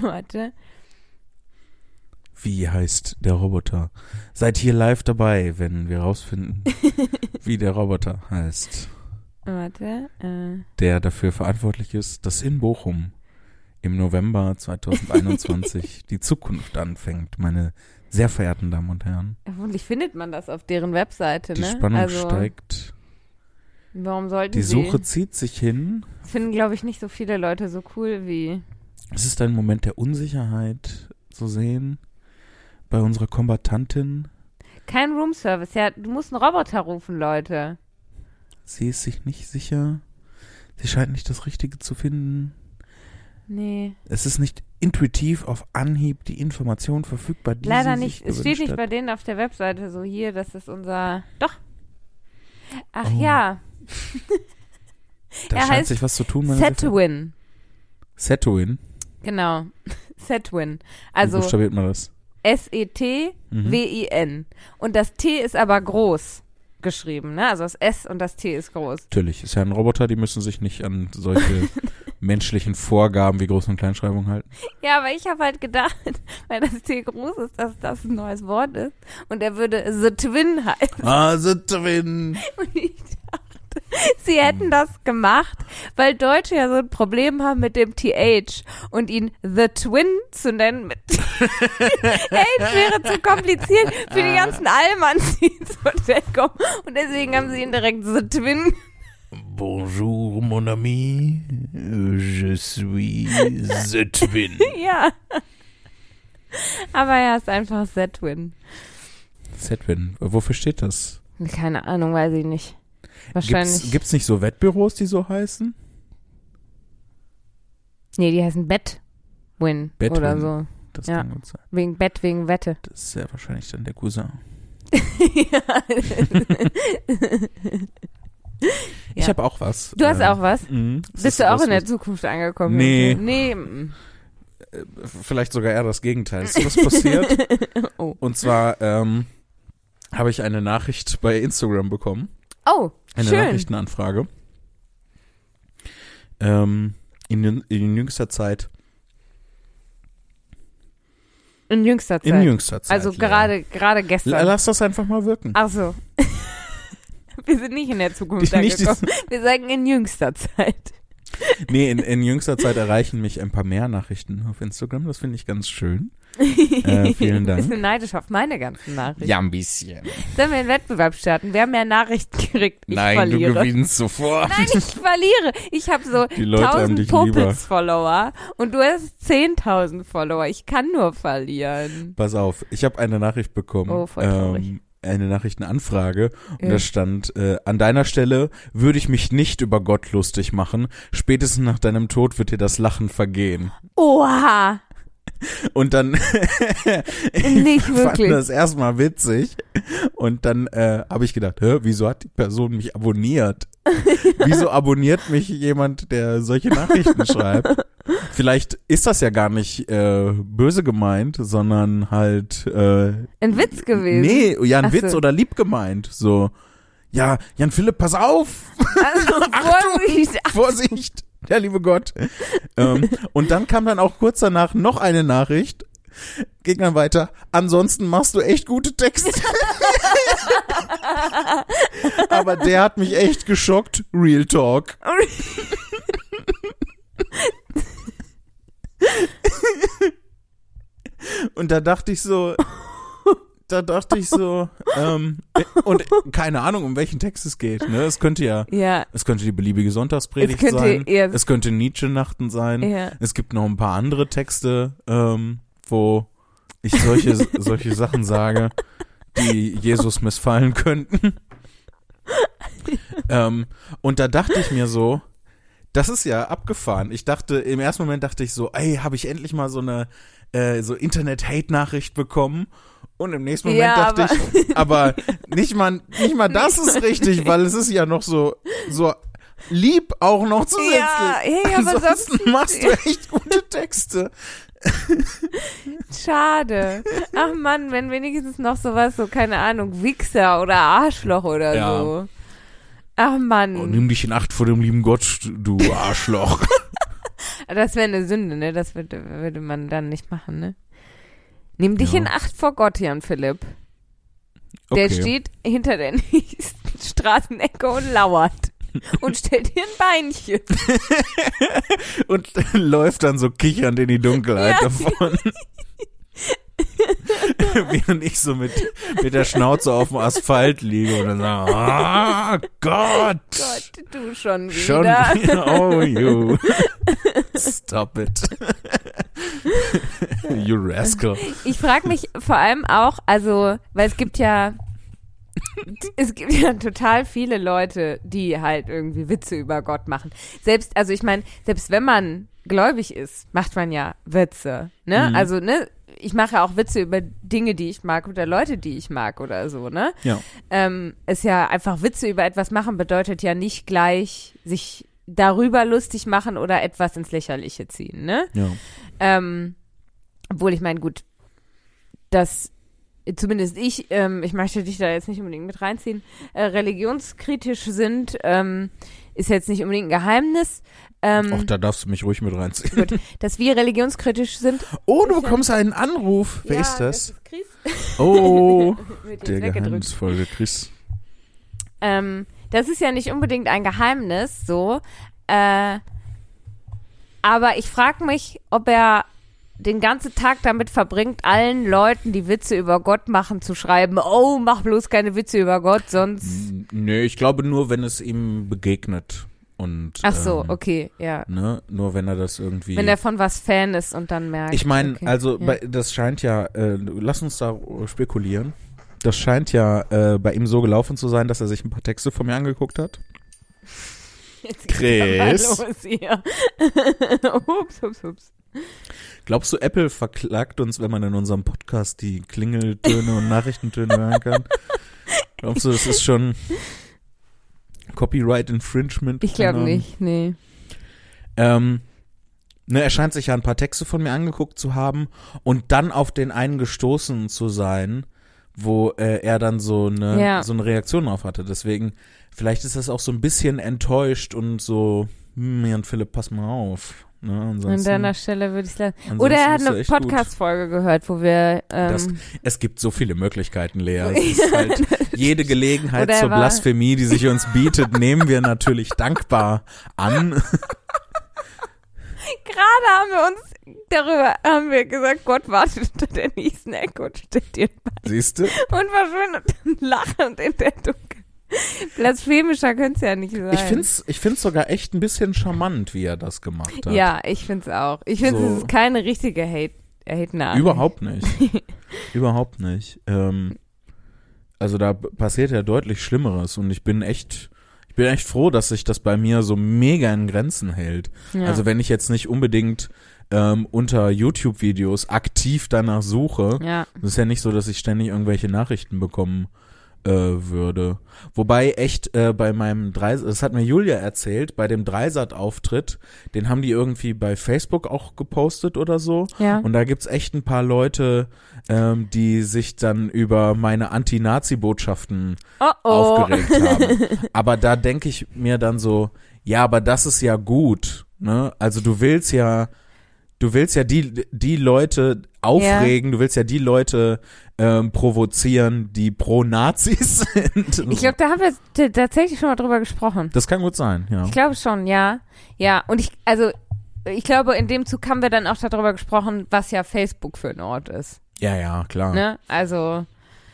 Speaker 2: Warte.
Speaker 1: wie heißt der Roboter? Seid hier live dabei, wenn wir rausfinden, wie der Roboter heißt,
Speaker 2: Warte. Äh.
Speaker 1: der dafür verantwortlich ist, dass in Bochum im November 2021 die Zukunft anfängt, meine sehr verehrten Damen und Herren.
Speaker 2: Hoffentlich findet man das auf deren Webseite,
Speaker 1: Die
Speaker 2: ne?
Speaker 1: Spannung
Speaker 2: also,
Speaker 1: steigt.
Speaker 2: Warum sollten
Speaker 1: Die
Speaker 2: sie?
Speaker 1: Suche zieht sich hin.
Speaker 2: Das finden, glaube ich, nicht so viele Leute so cool wie.
Speaker 1: Es ist ein Moment der Unsicherheit zu sehen bei unserer Kombatantin.
Speaker 2: Kein Roomservice. Ja, du musst einen Roboter rufen, Leute.
Speaker 1: Sie ist sich nicht sicher. Sie scheint nicht das Richtige zu finden.
Speaker 2: Nee.
Speaker 1: Es ist nicht intuitiv auf Anhieb die Information verfügbar, die
Speaker 2: Leider
Speaker 1: sie
Speaker 2: nicht.
Speaker 1: sich
Speaker 2: Es steht
Speaker 1: gewünscht
Speaker 2: nicht
Speaker 1: hat.
Speaker 2: bei denen auf der Webseite so hier, das ist unser. Doch. Ach
Speaker 1: Oh,
Speaker 2: ja,
Speaker 1: Da
Speaker 2: Er
Speaker 1: scheint
Speaker 2: heißt
Speaker 1: sich was zu tun. meine sehr verehrten-
Speaker 2: Setwin.
Speaker 1: Setwin.
Speaker 2: Genau. Setwin.
Speaker 1: Wie
Speaker 2: Also E
Speaker 1: buchstabiert man das? Mhm.
Speaker 2: S-E-T-W-I-N. Und das T ist aber groß geschrieben, ne? Also das S und das T ist groß.
Speaker 1: Natürlich, ist ja ein Roboter, die müssen sich nicht an solche menschlichen Vorgaben wie Groß- und Kleinschreibung halten.
Speaker 2: Ja, aber ich habe halt gedacht, weil das T groß ist, dass das ein neues Wort ist. Und er würde The Twin heißen.
Speaker 1: Ah, Setwin!
Speaker 2: Und ich dachte, sie hätten das gemacht, weil Deutsche ja so ein Problem haben mit dem TH. Und ihn The Twin zu nennen mit H wäre zu kompliziert für die ganzen Allmanns, die ins Hotel kommen. Und deswegen haben sie ihn direkt The Twin
Speaker 1: Bonjour, mon ami. Je suis the twin.
Speaker 2: Ja. Aber er ist einfach Setwin.
Speaker 1: Setwin, wofür steht das?
Speaker 2: Keine Ahnung, weiß ich nicht. Wahrscheinlich.
Speaker 1: Gibt's, gibt's nicht so Wettbüros, die so heißen?
Speaker 2: Nee, die heißen Betwin
Speaker 1: Betwin.
Speaker 2: oder so.
Speaker 1: Das
Speaker 2: Ja.
Speaker 1: kann gut sein.
Speaker 2: Wegen Bett, wegen Wette.
Speaker 1: Das ist ja wahrscheinlich dann der Cousin. Ich
Speaker 2: Ja.
Speaker 1: habe auch was.
Speaker 2: Du hast
Speaker 1: Ähm,
Speaker 2: auch was?
Speaker 1: mhm. Es ist
Speaker 2: Bist du auch
Speaker 1: was,
Speaker 2: in der
Speaker 1: was-
Speaker 2: Zukunft angekommen?
Speaker 1: Nee.
Speaker 2: Nee. mm.
Speaker 1: äh, Vielleicht sogar eher das Gegenteil. Ist dir was passiert?
Speaker 2: Oh.
Speaker 1: Und zwar ähm, habe ich eine Nachricht bei Instagram bekommen.
Speaker 2: Oh,
Speaker 1: Eine
Speaker 2: schön.
Speaker 1: Nachrichtenanfrage. Ähm, in, jün- in jüngster Zeit.
Speaker 2: In jüngster Zeit.
Speaker 1: In jüngster Zeit.
Speaker 2: also
Speaker 1: Lea.
Speaker 2: gerade, gerade
Speaker 1: La-
Speaker 2: gestern.
Speaker 1: Lass das einfach mal wirken.
Speaker 2: Ach so. Wir sind nicht in der Zukunft
Speaker 1: Die- nicht die-
Speaker 2: angekommen. Wir sagen in jüngster Zeit.
Speaker 1: Nee, in, in jüngster Zeit erreichen mich ein paar mehr Nachrichten auf Instagram. Das finde ich ganz schön. Äh, vielen Dank.
Speaker 2: Bisschen neidisch auf meine ganzen Nachrichten.
Speaker 1: ein bisschen.
Speaker 2: Sollen wir einen Wettbewerb starten? Wer mehr Nachrichten kriegt, ich
Speaker 1: Nein,
Speaker 2: verliere.
Speaker 1: du gewinnst sofort.
Speaker 2: Nein, ich verliere. Ich habe so
Speaker 1: Die Leute haben dich
Speaker 2: 1000
Speaker 1: lieber.
Speaker 2: Popels-Follower und du hast 10.000 Follower. Ich kann nur verlieren.
Speaker 1: Pass auf, ich habe eine Nachricht bekommen.
Speaker 2: Oh, voll traurig.
Speaker 1: Ähm, eine Nachrichtenanfrage und
Speaker 2: Ja.
Speaker 1: da stand, äh, an deiner Stelle würde ich mich nicht über Gott lustig machen. Spätestens nach deinem Tod wird dir das Lachen vergehen.
Speaker 2: Oha.
Speaker 1: Und dann
Speaker 2: Nicht
Speaker 1: ich fand
Speaker 2: wirklich.
Speaker 1: das erstmal witzig. Und dann äh, habe ich gedacht, Hä, wieso hat die Person mich abonniert? wieso abonniert mich jemand, der solche Nachrichten schreibt? Vielleicht ist das ja gar nicht äh, böse gemeint, sondern halt äh,
Speaker 2: Ein Witz gewesen.
Speaker 1: Nee, ja, ein
Speaker 2: Ach so.
Speaker 1: Witz oder lieb gemeint. So, ja, Jan Philipp, pass auf!
Speaker 2: Also, Vorsicht.
Speaker 1: Vorsicht! Der liebe Gott. ähm, und dann kam dann auch kurz danach noch eine Nachricht. Ging dann weiter. Ansonsten machst du echt gute Texte. Aber der hat mich echt geschockt. Real Talk. Und da dachte ich so, da dachte ich so, ähm, und keine Ahnung, um welchen Text es geht. Ne? Es könnte ja,
Speaker 2: Ja,
Speaker 1: es könnte die beliebige Sonntagspredigt
Speaker 2: Es könnte-
Speaker 1: sein.
Speaker 2: ja.
Speaker 1: Es könnte Nietzsche-Nachten sein.
Speaker 2: ja.
Speaker 1: Es gibt noch ein paar andere Texte, ähm, wo ich solche, solche Sachen sage, die Jesus missfallen könnten. ähm, und da dachte ich mir so, das ist ja abgefahren. Ich dachte, im ersten Moment dachte ich so, ey, habe ich endlich mal so eine äh, so Internet-Hate-Nachricht bekommen. Und im nächsten Moment
Speaker 2: Ja,
Speaker 1: dachte ich, aber nicht mal, nicht mal das ist richtig, weil es ist ja noch so, so lieb auch noch zusätzlich.
Speaker 2: Ja, hey, aber
Speaker 1: Ansonsten machst du echt gute Texte.
Speaker 2: Schade. Ach Mann, wenn wenigstens noch sowas, so keine Ahnung, Wichser oder Arschloch oder
Speaker 1: Ja.
Speaker 2: so. Ach Mann,
Speaker 1: Oh, nimm dich in Acht vor dem lieben Gott, du Arschloch.
Speaker 2: das wäre eine Sünde, ne? Das würde, würde man dann nicht machen, ne? Nimm dich
Speaker 1: Ja.
Speaker 2: in Acht vor Gott, Jan Philipp. Der
Speaker 1: Okay.
Speaker 2: steht hinter der nächsten Straßenecke und lauert. und stellt dir ein Beinchen.
Speaker 1: Und läuft dann so kichernd in die Dunkelheit
Speaker 2: Ja.
Speaker 1: davon. Während ich so mit, mit der Schnauze auf dem Asphalt liege und dann sage, ah, Gott.
Speaker 2: Oh Gott, du schon wieder.
Speaker 1: Schon wieder. Oh, you. Stop it. you rascal.
Speaker 2: Ich frage mich vor allem auch, also, weil es gibt ja. Es gibt ja total viele Leute, die halt irgendwie Witze über Gott machen. Selbst, also ich meine, selbst wenn man gläubig ist, macht man ja Witze. Ne? Also, ne, ich mache ja auch Witze über Dinge, die ich mag oder Leute, die ich mag oder so, ne?
Speaker 1: Ja.
Speaker 2: ähm, ist ja einfach Witze über etwas machen bedeutet ja nicht gleich sich darüber lustig machen oder etwas ins Lächerliche ziehen, ne?
Speaker 1: Ja.
Speaker 2: Ähm, obwohl ich meine, gut, dass zumindest ich, ähm, ich möchte dich da jetzt nicht unbedingt mit reinziehen, äh, religionskritisch sind, ähm, ist jetzt nicht unbedingt ein Geheimnis,
Speaker 1: Auch
Speaker 2: ähm,
Speaker 1: da darfst du mich ruhig mit reinziehen.
Speaker 2: dass wir religionskritisch sind.
Speaker 1: Oh, du bekommst einen Anruf. Wer
Speaker 2: ja,
Speaker 1: ist das?
Speaker 2: ist Chris.
Speaker 1: Oh,
Speaker 2: Wird jetzt
Speaker 1: der
Speaker 2: weggedrückt.
Speaker 1: geheimnisvolle Chris.
Speaker 2: ähm, das ist ja nicht unbedingt ein Geheimnis, so. Äh, aber ich frage mich, ob er den ganzen Tag damit verbringt, allen Leuten, die Witze über Gott machen, zu schreiben, oh, mach bloß keine Witze über Gott, sonst...
Speaker 1: Nö, ich glaube nur, wenn es ihm begegnet. Und,
Speaker 2: Ach so,
Speaker 1: ähm,
Speaker 2: okay, ja.
Speaker 1: Ne? Nur wenn er das irgendwie.
Speaker 2: Wenn er von was Fan ist und dann merkt...
Speaker 1: ich meine,
Speaker 2: okay,
Speaker 1: also
Speaker 2: ja.
Speaker 1: bei, das scheint ja, äh, lass uns da spekulieren. Das scheint ja äh, bei ihm so gelaufen zu sein, dass er sich ein paar Texte von mir angeguckt hat.
Speaker 2: Jetzt geht's
Speaker 1: Chris.
Speaker 2: aber Los hier. ups, ups, ups.
Speaker 1: Glaubst du, Apple verklagt uns, wenn man in unserem Podcast die Klingeltöne und Nachrichtentöne hören kann? Glaubst du, das ist schon Copyright Infringement?
Speaker 2: Ich glaube
Speaker 1: Keine Ahnung.
Speaker 2: nicht, nee.
Speaker 1: Ähm, ne, er scheint sich ja ein paar Texte von mir angeguckt zu haben und dann auf den einen gestoßen zu sein, wo äh, er dann so eine,
Speaker 2: Ja.
Speaker 1: so eine Reaktion drauf hatte. Deswegen, vielleicht ist das auch so ein bisschen enttäuscht und so, hm, Jan Philipp, pass mal auf. Ne,
Speaker 2: An
Speaker 1: ansonsten,
Speaker 2: deiner Stelle würde ich sagen.
Speaker 1: ansonsten
Speaker 2: Oder er hat
Speaker 1: bist du
Speaker 2: eine
Speaker 1: echt gut.
Speaker 2: Podcast-Folge gehört, wo wir... Ähm,
Speaker 1: Das- Es gibt so viele Möglichkeiten, Lea. Es ist halt jede Gelegenheit
Speaker 2: Oder er
Speaker 1: zur
Speaker 2: war-
Speaker 1: Blasphemie, die sich uns bietet, nehmen wir natürlich dankbar an.
Speaker 2: Gerade haben wir uns darüber, haben wir gesagt, Gott wartet unter der nächsten Ecke und steht dir
Speaker 1: Siehst du?
Speaker 2: und verschwindet und lachend in der Dunkel. Blasphemischer könnte es ja nicht sein.
Speaker 1: Ich find's, ich find's sogar echt ein bisschen charmant, wie er das gemacht hat.
Speaker 2: Ja, ich find's auch. Ich finde,
Speaker 1: So.
Speaker 2: es ist keine richtige Hate, Hate nach.
Speaker 1: Überhaupt nicht. Überhaupt nicht. Ähm, also da b- passiert ja deutlich Schlimmeres und ich bin echt, ich bin echt froh, dass sich das bei mir so mega in Grenzen hält.
Speaker 2: Ja.
Speaker 1: Also wenn ich jetzt nicht unbedingt ähm, unter YouTube-Videos aktiv danach suche,
Speaker 2: ja.
Speaker 1: Es ist ja nicht so, dass ich ständig irgendwelche Nachrichten bekommen äh, würde. Wobei echt äh, bei meinem Dreisat, das hat mir Julia erzählt, bei dem Dreisat-Auftritt, den haben die irgendwie bei Facebook auch gepostet oder so.
Speaker 2: Ja.
Speaker 1: Und da gibt's echt ein paar Leute, ähm, die sich dann über meine Anti-Nazi-Botschaften
Speaker 2: Oh oh.
Speaker 1: aufgeregt haben. Aber da denke ich mir dann so, ja, aber das ist ja gut. Ne? Also du willst ja, du willst ja die, die Leute aufregen, du willst ja die Leute ähm, provozieren, die pro Nazis sind.
Speaker 2: Ich glaube, da haben wir t- tatsächlich schon mal drüber gesprochen.
Speaker 1: das kann gut sein, ja.
Speaker 2: Ich glaube schon, ja. Ja, und ich, also, ich glaube, in dem Zug haben wir dann auch darüber gesprochen, was ja Facebook für ein Ort ist.
Speaker 1: Ja, ja, klar.
Speaker 2: Ne? Also,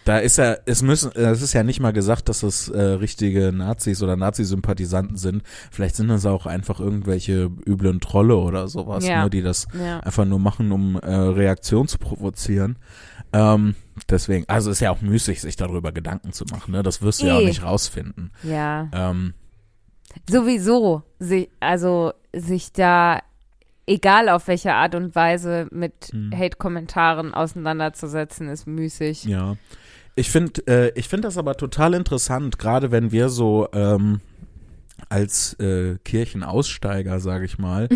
Speaker 1: Da ist ja, es müssen, äh, es ist ja nicht mal gesagt, dass es äh, richtige Nazis oder Nazi-Sympathisanten sind. Vielleicht sind das auch einfach irgendwelche üblen Trolle oder sowas,
Speaker 2: Ja.
Speaker 1: ne, die das
Speaker 2: ja.
Speaker 1: einfach nur machen, um äh, Reaktion zu provozieren. Ähm, deswegen, also ist ja auch müßig, sich darüber Gedanken zu machen. Ne? Das wirst du ja auch
Speaker 2: Eh.
Speaker 1: nicht rausfinden.
Speaker 2: Ja.
Speaker 1: Ähm,
Speaker 2: sowieso sich, also sich da egal auf welche Art und Weise mit
Speaker 1: Mhm.
Speaker 2: Hate-Kommentaren auseinanderzusetzen, ist müßig.
Speaker 1: ja. Ich finde äh, ich find das aber total interessant, gerade wenn wir so ähm, als äh, Kirchenaussteiger, sage ich mal,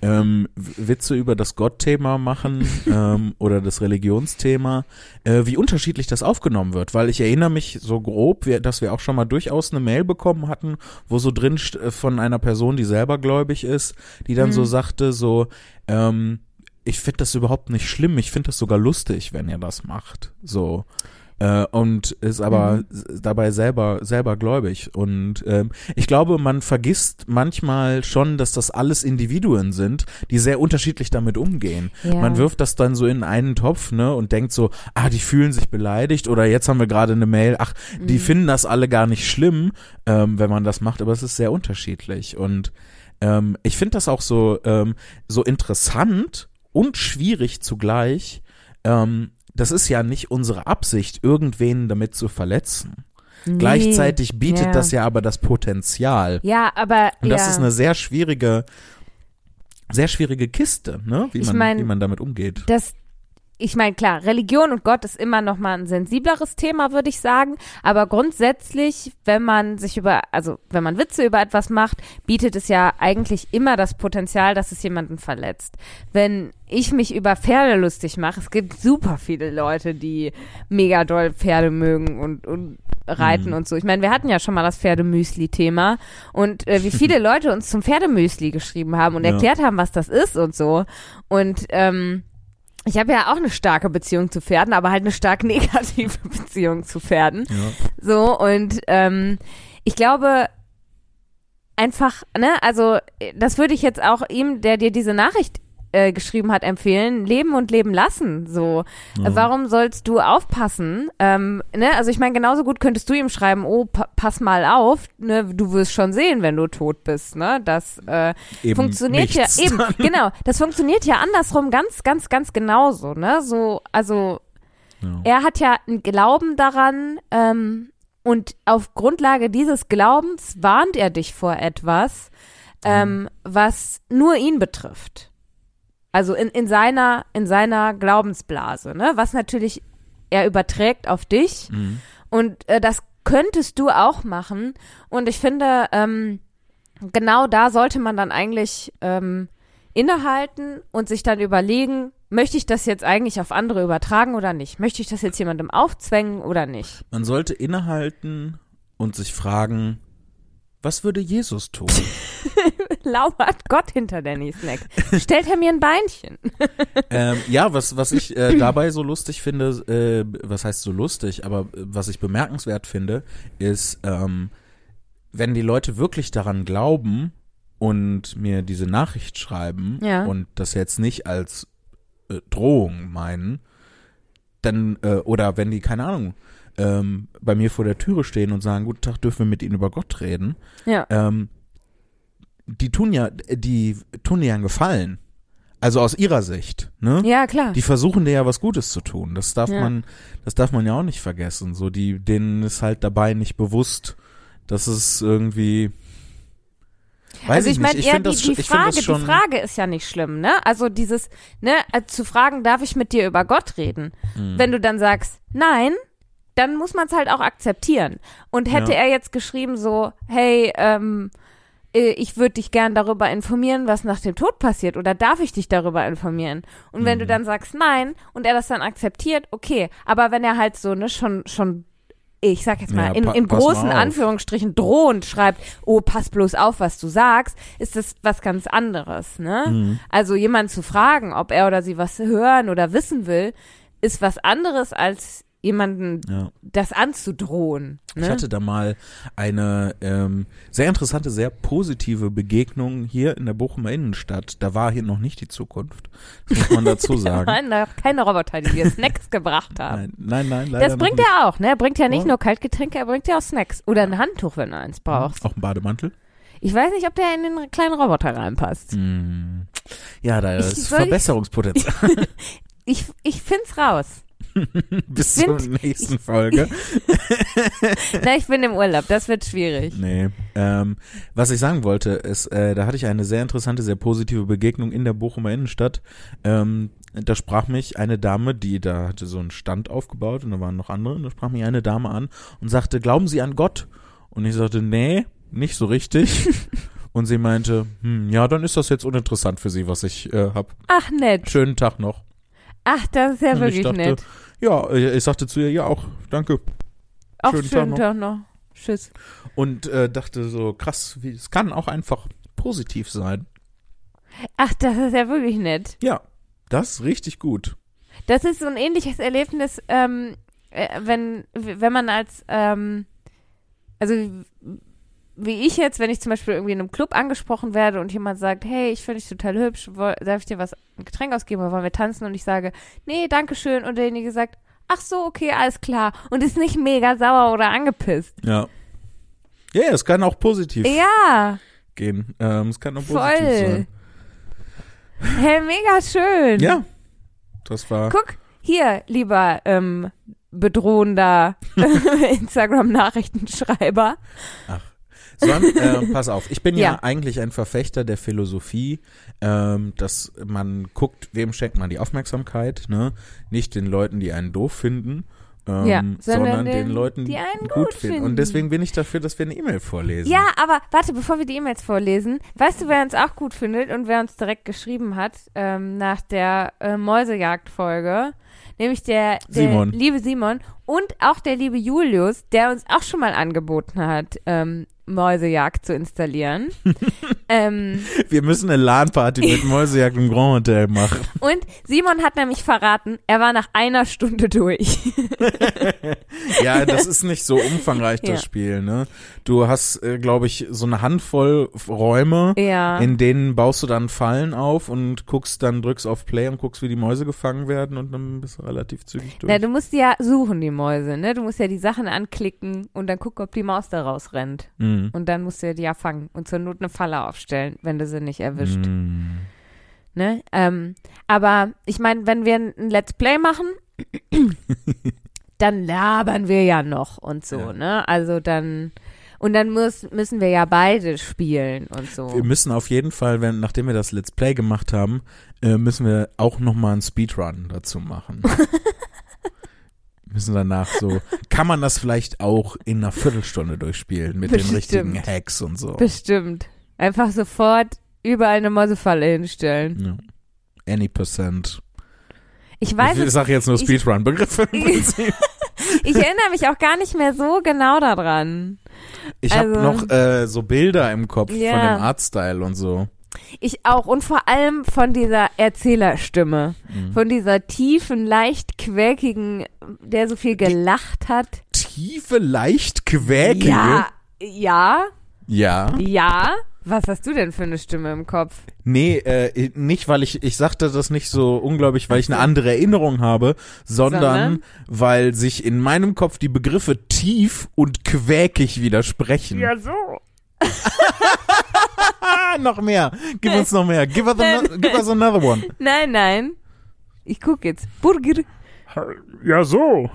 Speaker 1: ähm, W- Witze über das Gottthema machen ähm, oder das Religionsthema, äh, wie unterschiedlich das aufgenommen wird, weil ich erinnere mich so grob, wir, dass wir auch schon mal durchaus eine Mail bekommen hatten, wo so drin st- äh, von einer Person, die selber gläubig ist, die dann so sagte, so, ähm, ich finde das überhaupt nicht schlimm. Ich finde das sogar lustig, wenn ihr das macht. So. Äh, und ist aber s- dabei selber, selber gläubig. Und ähm, ich glaube, man vergisst manchmal schon, dass das alles Individuen sind, die sehr unterschiedlich damit umgehen.
Speaker 2: Ja.
Speaker 1: Man wirft das dann so in einen Topf, ne, und denkt so, ah, die fühlen sich beleidigt oder jetzt haben wir gerade eine Mail, ach,
Speaker 2: Mhm.
Speaker 1: die finden das alle gar nicht schlimm, ähm, wenn man das macht, aber es ist sehr unterschiedlich. Und ähm, ich finde das auch so, ähm, so interessant und schwierig zugleich. Ähm, das ist ja nicht unsere Absicht, irgendwen damit zu verletzen.
Speaker 2: Nee.
Speaker 1: Gleichzeitig bietet
Speaker 2: Ja.
Speaker 1: das ja aber das Potenzial.
Speaker 2: Ja, aber
Speaker 1: Und
Speaker 2: ja.
Speaker 1: das ist eine sehr schwierige, sehr schwierige Kiste, ne? Wie
Speaker 2: Ich
Speaker 1: man,
Speaker 2: mein-
Speaker 1: wie man damit umgeht.
Speaker 2: das ich meine, klar, Religion und Gott ist immer noch mal ein sensibleres Thema, würde ich sagen. Aber grundsätzlich, wenn man sich über, also wenn man Witze über etwas macht, bietet es ja eigentlich immer das Potenzial, dass es jemanden verletzt. Wenn ich mich über Pferde lustig mache, es gibt super viele Leute, die mega doll Pferde mögen und, und reiten und so. Ich meine, wir hatten ja schon mal das Pferdemüsli-Thema und äh, wie viele Leute uns zum Pferdemüsli geschrieben haben und
Speaker 1: Ja.
Speaker 2: erklärt haben, was das ist und so. Und ähm, ich habe ja auch eine starke Beziehung zu Pferden, aber halt eine stark negative Beziehung zu Pferden.
Speaker 1: Ja.
Speaker 2: So, und ähm, ich glaube einfach, ne, also äh, das würde ich jetzt auch ihm, der dir diese Nachricht äh, geschrieben hat, empfehlen, leben und leben lassen. So, Äh, warum sollst du aufpassen? Ähm, ne? Also ich meine, genauso gut könntest du ihm schreiben, oh, pa pass mal auf, ne? du wirst schon sehen, wenn du tot bist. Ne? Das äh,
Speaker 1: Eben
Speaker 2: funktioniert
Speaker 1: nichts.
Speaker 2: ja eben genau das funktioniert ja andersrum ganz ganz ganz genauso ne so also
Speaker 1: Ja.
Speaker 2: er hat ja einen Glauben daran ähm, und auf Grundlage dieses Glaubens warnt er dich vor etwas
Speaker 1: Mhm.
Speaker 2: ähm, was nur ihn betrifft also in, in seiner in seiner Glaubensblase ne was natürlich er überträgt auf dich
Speaker 1: Mhm.
Speaker 2: und äh, das könntest du auch machen. Und ich finde, ähm, genau da sollte man dann eigentlich ähm, innehalten und sich dann überlegen, möchte ich das jetzt eigentlich auf andere übertragen oder nicht? Möchte ich das jetzt jemandem aufzwängen oder nicht?
Speaker 1: Man sollte innehalten und sich fragen, was würde Jesus tun?
Speaker 2: Lauert Gott hinter der Snack. Stellt er mir ein Beinchen?
Speaker 1: ähm, ja, was, was ich äh, dabei so lustig finde, äh, was heißt so lustig, aber äh, was ich bemerkenswert finde, ist, ähm, wenn die Leute wirklich daran glauben und mir diese Nachricht schreiben
Speaker 2: Ja.
Speaker 1: und das jetzt nicht als äh, Drohung meinen, dann, äh, oder wenn die, keine Ahnung, ähm, bei mir vor der Türe stehen und sagen, guten Tag, dürfen wir mit Ihnen über Gott reden,
Speaker 2: Ja.
Speaker 1: ähm, die tun ja, die tun dir ja einen Gefallen. Also aus ihrer Sicht, ne?
Speaker 2: Ja, klar.
Speaker 1: Die versuchen dir ja was Gutes zu tun. Das darf
Speaker 2: Ja.
Speaker 1: man, das darf man ja auch nicht vergessen. So, die, denen ist halt dabei nicht bewusst, dass es irgendwie, weiß
Speaker 2: also
Speaker 1: ich,
Speaker 2: ich meine,
Speaker 1: nicht. Ich
Speaker 2: ja,
Speaker 1: finde
Speaker 2: die,
Speaker 1: das, sch-
Speaker 2: die,
Speaker 1: ich find
Speaker 2: Frage,
Speaker 1: das schon,
Speaker 2: die Frage ist ja nicht schlimm, ne? Also dieses, ne, äh, zu fragen, darf ich mit dir über Gott reden?
Speaker 1: Hm.
Speaker 2: Wenn du dann sagst, nein, dann muss man es halt auch akzeptieren. Und hätte
Speaker 1: Ja.
Speaker 2: er jetzt geschrieben so, hey, ähm, äh, ich würde dich gern darüber informieren, was nach dem Tod passiert, oder darf ich dich darüber informieren? Und wenn
Speaker 1: Mhm.
Speaker 2: du dann sagst nein und er das dann akzeptiert, okay. Aber wenn er halt so, ne, schon, schon, ich sag jetzt mal,
Speaker 1: Ja,
Speaker 2: in,
Speaker 1: pa-
Speaker 2: in
Speaker 1: pass mal
Speaker 2: großen
Speaker 1: auf.
Speaker 2: Anführungsstrichen drohend schreibt, oh, pass bloß auf, was du sagst, ist das was ganz anderes, ne?
Speaker 1: Mhm.
Speaker 2: Also jemanden zu fragen, ob er oder sie was hören oder wissen will, ist was anderes als jemanden
Speaker 1: ja.
Speaker 2: das anzudrohen. Ne?
Speaker 1: Ich hatte da mal eine ähm, sehr interessante, sehr positive Begegnung hier in der Bochumer Innenstadt. Da war hier noch nicht die Zukunft. Das muss man dazu sagen.
Speaker 2: Nein, da keine Roboter, die dir Snacks gebracht haben.
Speaker 1: nein, nein, nein, leider
Speaker 2: Das bringt
Speaker 1: noch nicht.
Speaker 2: er auch, ne? Er bringt ja nicht
Speaker 1: Ja.
Speaker 2: nur Kaltgetränke, er bringt ja auch Snacks. Oder ein Handtuch, wenn du eins brauchst.
Speaker 1: Auch ein Bademantel.
Speaker 2: Ich weiß nicht, ob der in den kleinen Roboter reinpasst.
Speaker 1: Mm. Ja, da
Speaker 2: Ich
Speaker 1: ist
Speaker 2: soll-
Speaker 1: Verbesserungspotenzial.
Speaker 2: Ich, ich find's raus.
Speaker 1: Bis zur nächsten Folge.
Speaker 2: Na, ich bin im Urlaub, das wird schwierig.
Speaker 1: Nee. Ähm, was ich sagen wollte, ist, äh, da hatte ich eine sehr interessante, sehr positive Begegnung in der Bochumer Innenstadt. Ähm, da sprach mich eine Dame, die da hatte so einen Stand aufgebaut und da waren noch andere, und da sprach mich eine Dame an und sagte, glauben Sie an Gott? Und ich sagte, nee, nicht so richtig. und sie meinte, hm, ja, dann ist das jetzt uninteressant für Sie, was ich äh, hab.
Speaker 2: Ach, nett.
Speaker 1: Schönen Tag noch.
Speaker 2: Ach, das ist ja
Speaker 1: Und ich
Speaker 2: wirklich
Speaker 1: dachte,
Speaker 2: nett.
Speaker 1: ja, äh, ich sagte zu ihr, ja auch, danke.
Speaker 2: Auch
Speaker 1: schönen
Speaker 2: schönen,
Speaker 1: Tag
Speaker 2: Tag, noch. Tschüss.
Speaker 1: Und äh, dachte so, krass, wie, es kann auch einfach positiv sein.
Speaker 2: Ach, das ist ja wirklich nett.
Speaker 1: Ja. Das ist richtig gut.
Speaker 2: Das ist so ein ähnliches Erlebnis, ähm, äh, wenn, wenn man als, ähm, also wie ich jetzt, wenn ich zum Beispiel irgendwie in einem Club angesprochen werde und jemand sagt, hey, ich finde dich total hübsch, woll- darf ich dir was, ein Getränk ausgeben oder wollen wir tanzen? Und ich sage, nee, danke schön. Und derjenige sagt, ach so, okay, alles klar. Und ist nicht mega sauer oder angepisst.
Speaker 1: Ja. Ja, ja, es kann auch positiv
Speaker 2: Ja,
Speaker 1: gehen. Ähm, es kann auch positiv
Speaker 2: voll.
Speaker 1: sein.
Speaker 2: Hey, mega schön.
Speaker 1: Ja. Das war.
Speaker 2: Guck, hier, lieber ähm, bedrohender Instagram-Nachrichtenschreiber.
Speaker 1: Sondern, äh, pass auf, ich bin ja.
Speaker 2: Ja.
Speaker 1: eigentlich ein Verfechter der Philosophie, ähm, dass man guckt, wem schenkt man die Aufmerksamkeit, ne? Nicht den Leuten, die einen doof finden, ähm,
Speaker 2: Ja,
Speaker 1: sondern,
Speaker 2: sondern
Speaker 1: den,
Speaker 2: den-
Speaker 1: Leuten,
Speaker 2: die einen
Speaker 1: gut,
Speaker 2: gut
Speaker 1: finden.
Speaker 2: finden.
Speaker 1: Und deswegen bin ich dafür, dass wir eine E-Mail vorlesen.
Speaker 2: Ja, aber warte, bevor wir die E-Mails vorlesen, weißt du, wer uns auch gut findet und wer uns direkt geschrieben hat ähm, nach der äh, Mäusejagd-Folge? Nämlich der, der
Speaker 1: Simon.
Speaker 2: liebe Simon und auch der liebe Julius, der uns auch schon mal angeboten hat, ähm, Mäusejagd zu installieren. ähm,
Speaker 1: Wir müssen eine LAN-Party mit Mäusejagd im Grand Hotel machen.
Speaker 2: und Simon hat nämlich verraten, er war nach einer Stunde durch.
Speaker 1: Ja, das ist nicht so umfangreich, das
Speaker 2: Ja.
Speaker 1: Spiel, ne? Du hast, äh, glaube ich, so eine Handvoll Räume.
Speaker 2: ja.
Speaker 1: In denen baust du dann Fallen auf und guckst dann, drückst auf Play und guckst, wie die Mäuse gefangen werden und dann bist du relativ zügig durch.
Speaker 2: Na, du musst die ja suchen, die Mäuse, ne? Du musst ja die Sachen anklicken und dann gucken, ob die Maus da rausrennt.
Speaker 1: Mhm.
Speaker 2: Und dann musst du die ja fangen und zur Not eine Falle aufstellen, wenn du sie nicht erwischt.
Speaker 1: Mhm.
Speaker 2: Ne? Ähm, aber ich meine, wenn wir ein Let's Play machen, dann labern wir ja noch und so,
Speaker 1: Ja.
Speaker 2: ne? Also dann. Und dann muss, müssen wir ja beide spielen und
Speaker 1: Wir
Speaker 2: so.
Speaker 1: müssen auf jeden Fall, wenn, nachdem wir das Let's Play gemacht haben, äh, müssen wir auch nochmal einen Speedrun dazu machen. müssen danach so, kann man das vielleicht auch in einer Viertelstunde durchspielen mit den
Speaker 2: Bestimmt.
Speaker 1: richtigen Hacks und so.
Speaker 2: Bestimmt. Einfach sofort überall eine Mäusefalle hinstellen.
Speaker 1: Ja. Any percent.
Speaker 2: Ich weiß
Speaker 1: ich
Speaker 2: es
Speaker 1: sage jetzt nur
Speaker 2: ich-
Speaker 1: Speedrun-Begriffe im
Speaker 2: Ich-
Speaker 1: Prinzip.
Speaker 2: Ich erinnere mich auch gar nicht mehr so genau daran.
Speaker 1: Ich hab habe
Speaker 2: Also-
Speaker 1: noch äh, so Bilder im Kopf
Speaker 2: Ja.
Speaker 1: von dem Artstyle und so.
Speaker 2: Ich auch. Und vor allem von dieser Erzählerstimme.
Speaker 1: Mhm.
Speaker 2: Von dieser tiefen, leicht quäkigen, der so viel gelacht hat.
Speaker 1: Tiefe, leicht quäkige.
Speaker 2: Ja, ja,
Speaker 1: Ja.
Speaker 2: ja. Was hast du denn für eine Stimme im Kopf?
Speaker 1: Nee, äh, nicht, weil ich, ich sagte das nicht so unglaublich, weil ich eine andere Erinnerung habe, sondern,
Speaker 2: Sondern?
Speaker 1: weil sich in meinem Kopf die Begriffe tief und quäkig widersprechen.
Speaker 2: so.
Speaker 1: Ah, noch mehr. Gib uns noch mehr. Give us, ano- give us another one.
Speaker 2: Nein, nein. Ich guck jetzt. Burger.
Speaker 1: Ja, so.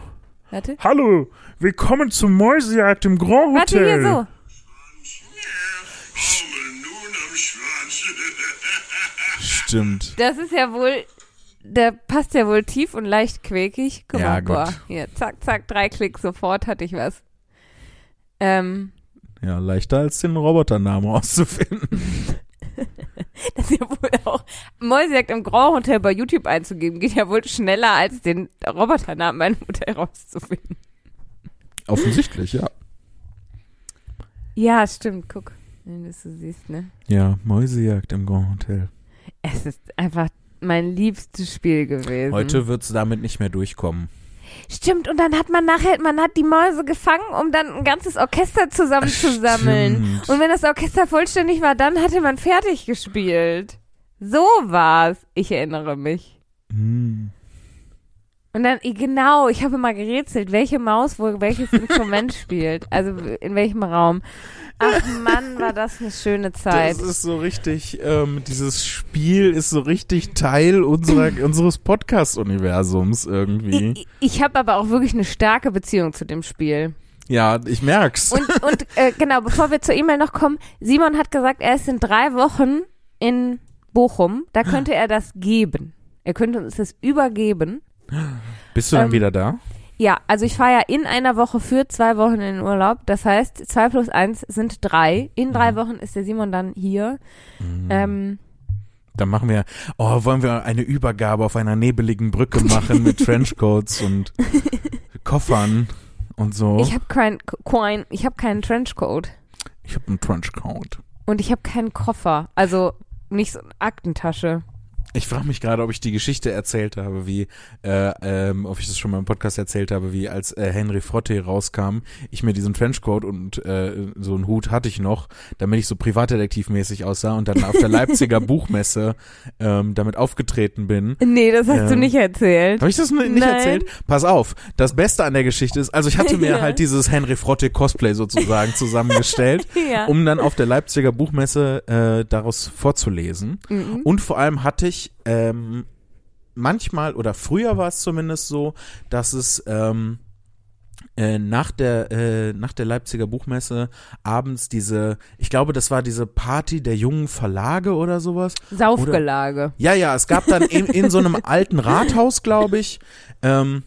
Speaker 2: Warte.
Speaker 1: Hallo. Willkommen zum Mäusejagd im Grand
Speaker 2: Warte hier so.
Speaker 3: nun am Schwanz.
Speaker 1: Stimmt.
Speaker 2: Das ist ja wohl. Der passt ja wohl tief und leicht quäkig. Guck
Speaker 1: Ja,
Speaker 2: mal, guck mal.
Speaker 1: Gott.
Speaker 2: Hier, zack, zack, drei Klicks, sofort hatte ich was. Ähm,
Speaker 1: Ja, leichter als den Roboternamen auszufinden.
Speaker 2: das ist ja wohl auch. Mäusejagd im Grand Hotel bei YouTube einzugeben, geht ja wohl schneller, als den Roboternamen meinem Hotel rauszufinden.
Speaker 1: Offensichtlich, ja.
Speaker 2: Ja, stimmt, guck. Wenn du es so siehst, ne?
Speaker 1: Ja, Mäusejagd im Grand Hotel.
Speaker 2: Es ist einfach mein liebstes Spiel gewesen.
Speaker 1: Heute wird's damit nicht mehr durchkommen.
Speaker 2: Stimmt, und dann hat man nachher, man hat die Mäuse gefangen, um dann ein ganzes Orchester zusammenzusammeln.
Speaker 1: Stimmt.
Speaker 2: Und wenn das Orchester vollständig war, dann hatte man fertig gespielt. So war's. Ich erinnere mich.
Speaker 1: Hm.
Speaker 2: Und dann, i- genau, ich habe immer gerätselt, welche Maus wohl welches Instrument spielt. Also in welchem Raum. Ach Mann, war das eine schöne Zeit.
Speaker 1: Das ist so richtig, ähm, dieses Spiel ist so richtig Teil unserer, unseres Podcast-Universums irgendwie.
Speaker 2: Ich, ich habe aber auch wirklich eine starke Beziehung zu dem Spiel.
Speaker 1: Ja, ich merk's.
Speaker 2: Und, und äh, genau, bevor wir zur E-Mail noch kommen, Simon hat gesagt, er ist in drei Wochen in Bochum. Da könnte er das geben. Er könnte uns das übergeben.
Speaker 1: Bist du dann
Speaker 2: ähm,
Speaker 1: wieder da?
Speaker 2: Ja, also ich fahre ja in einer Woche für zwei Wochen in den Urlaub. Das heißt, zwei plus eins sind drei. In
Speaker 1: Mhm.
Speaker 2: drei Wochen ist der Simon dann hier. Ähm,
Speaker 1: Dann machen wir, oh, wollen wir eine Übergabe auf einer nebeligen Brücke machen mit Trenchcoats und Koffern und so.
Speaker 2: Ich habe kein, kein, ich hab keinen Trenchcoat
Speaker 1: ich hab einen Trenchcoat.
Speaker 2: und ich habe keinen Koffer. Also nicht so eine Aktentasche.
Speaker 1: Ich frage mich gerade, ob ich die Geschichte erzählt habe, wie, äh, ähm, ob ich das schon mal im Podcast erzählt habe, wie als äh, Henry Frotte rauskam, ich mir diesen Trenchcoat und äh, so einen Hut hatte ich noch, damit ich so privatdetektivmäßig aussah und dann auf der Leipziger Buchmesse ähm, damit aufgetreten bin.
Speaker 2: Nee, das hast du
Speaker 1: Ähm,
Speaker 2: nicht erzählt.
Speaker 1: Habe ich das n- nicht
Speaker 2: Nein.
Speaker 1: erzählt? Pass auf, das Beste an der Geschichte ist, also ich hatte mir
Speaker 2: Ja.
Speaker 1: halt dieses Henry Frotte Cosplay sozusagen zusammengestellt,
Speaker 2: Ja.
Speaker 1: um dann auf der Leipziger Buchmesse äh, daraus vorzulesen.
Speaker 2: Mhm.
Speaker 1: Und vor allem hatte ich ähm, manchmal, oder früher war es zumindest so, dass es ähm, äh, nach, der, äh, nach der Leipziger Buchmesse abends diese, ich glaube, das war diese Party der jungen Verlage oder sowas.
Speaker 2: Saufgelage.
Speaker 1: Ja, ja, es gab dann in, in so einem alten Rathaus, glaube ich, ähm,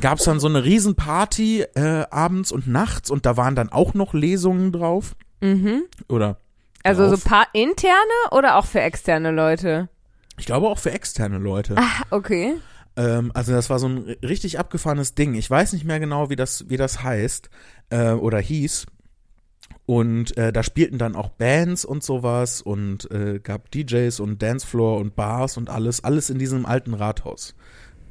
Speaker 1: gab es dann so eine Riesenparty äh, abends und nachts und da waren dann auch noch Lesungen drauf.
Speaker 2: Mhm.
Speaker 1: Oder
Speaker 2: Also
Speaker 1: drauf.
Speaker 2: so paar interne oder auch für externe Leute?
Speaker 1: ich glaube auch für externe Leute.
Speaker 2: Okay.
Speaker 1: Ähm, also das war so ein ri- richtig abgefahrenes Ding. Ich weiß nicht mehr genau, wie das, wie das heißt äh, oder hieß. Und äh, da spielten dann auch Bands und sowas und äh, gab DJs und Dancefloor und Bars und alles, alles in diesem alten Rathaus.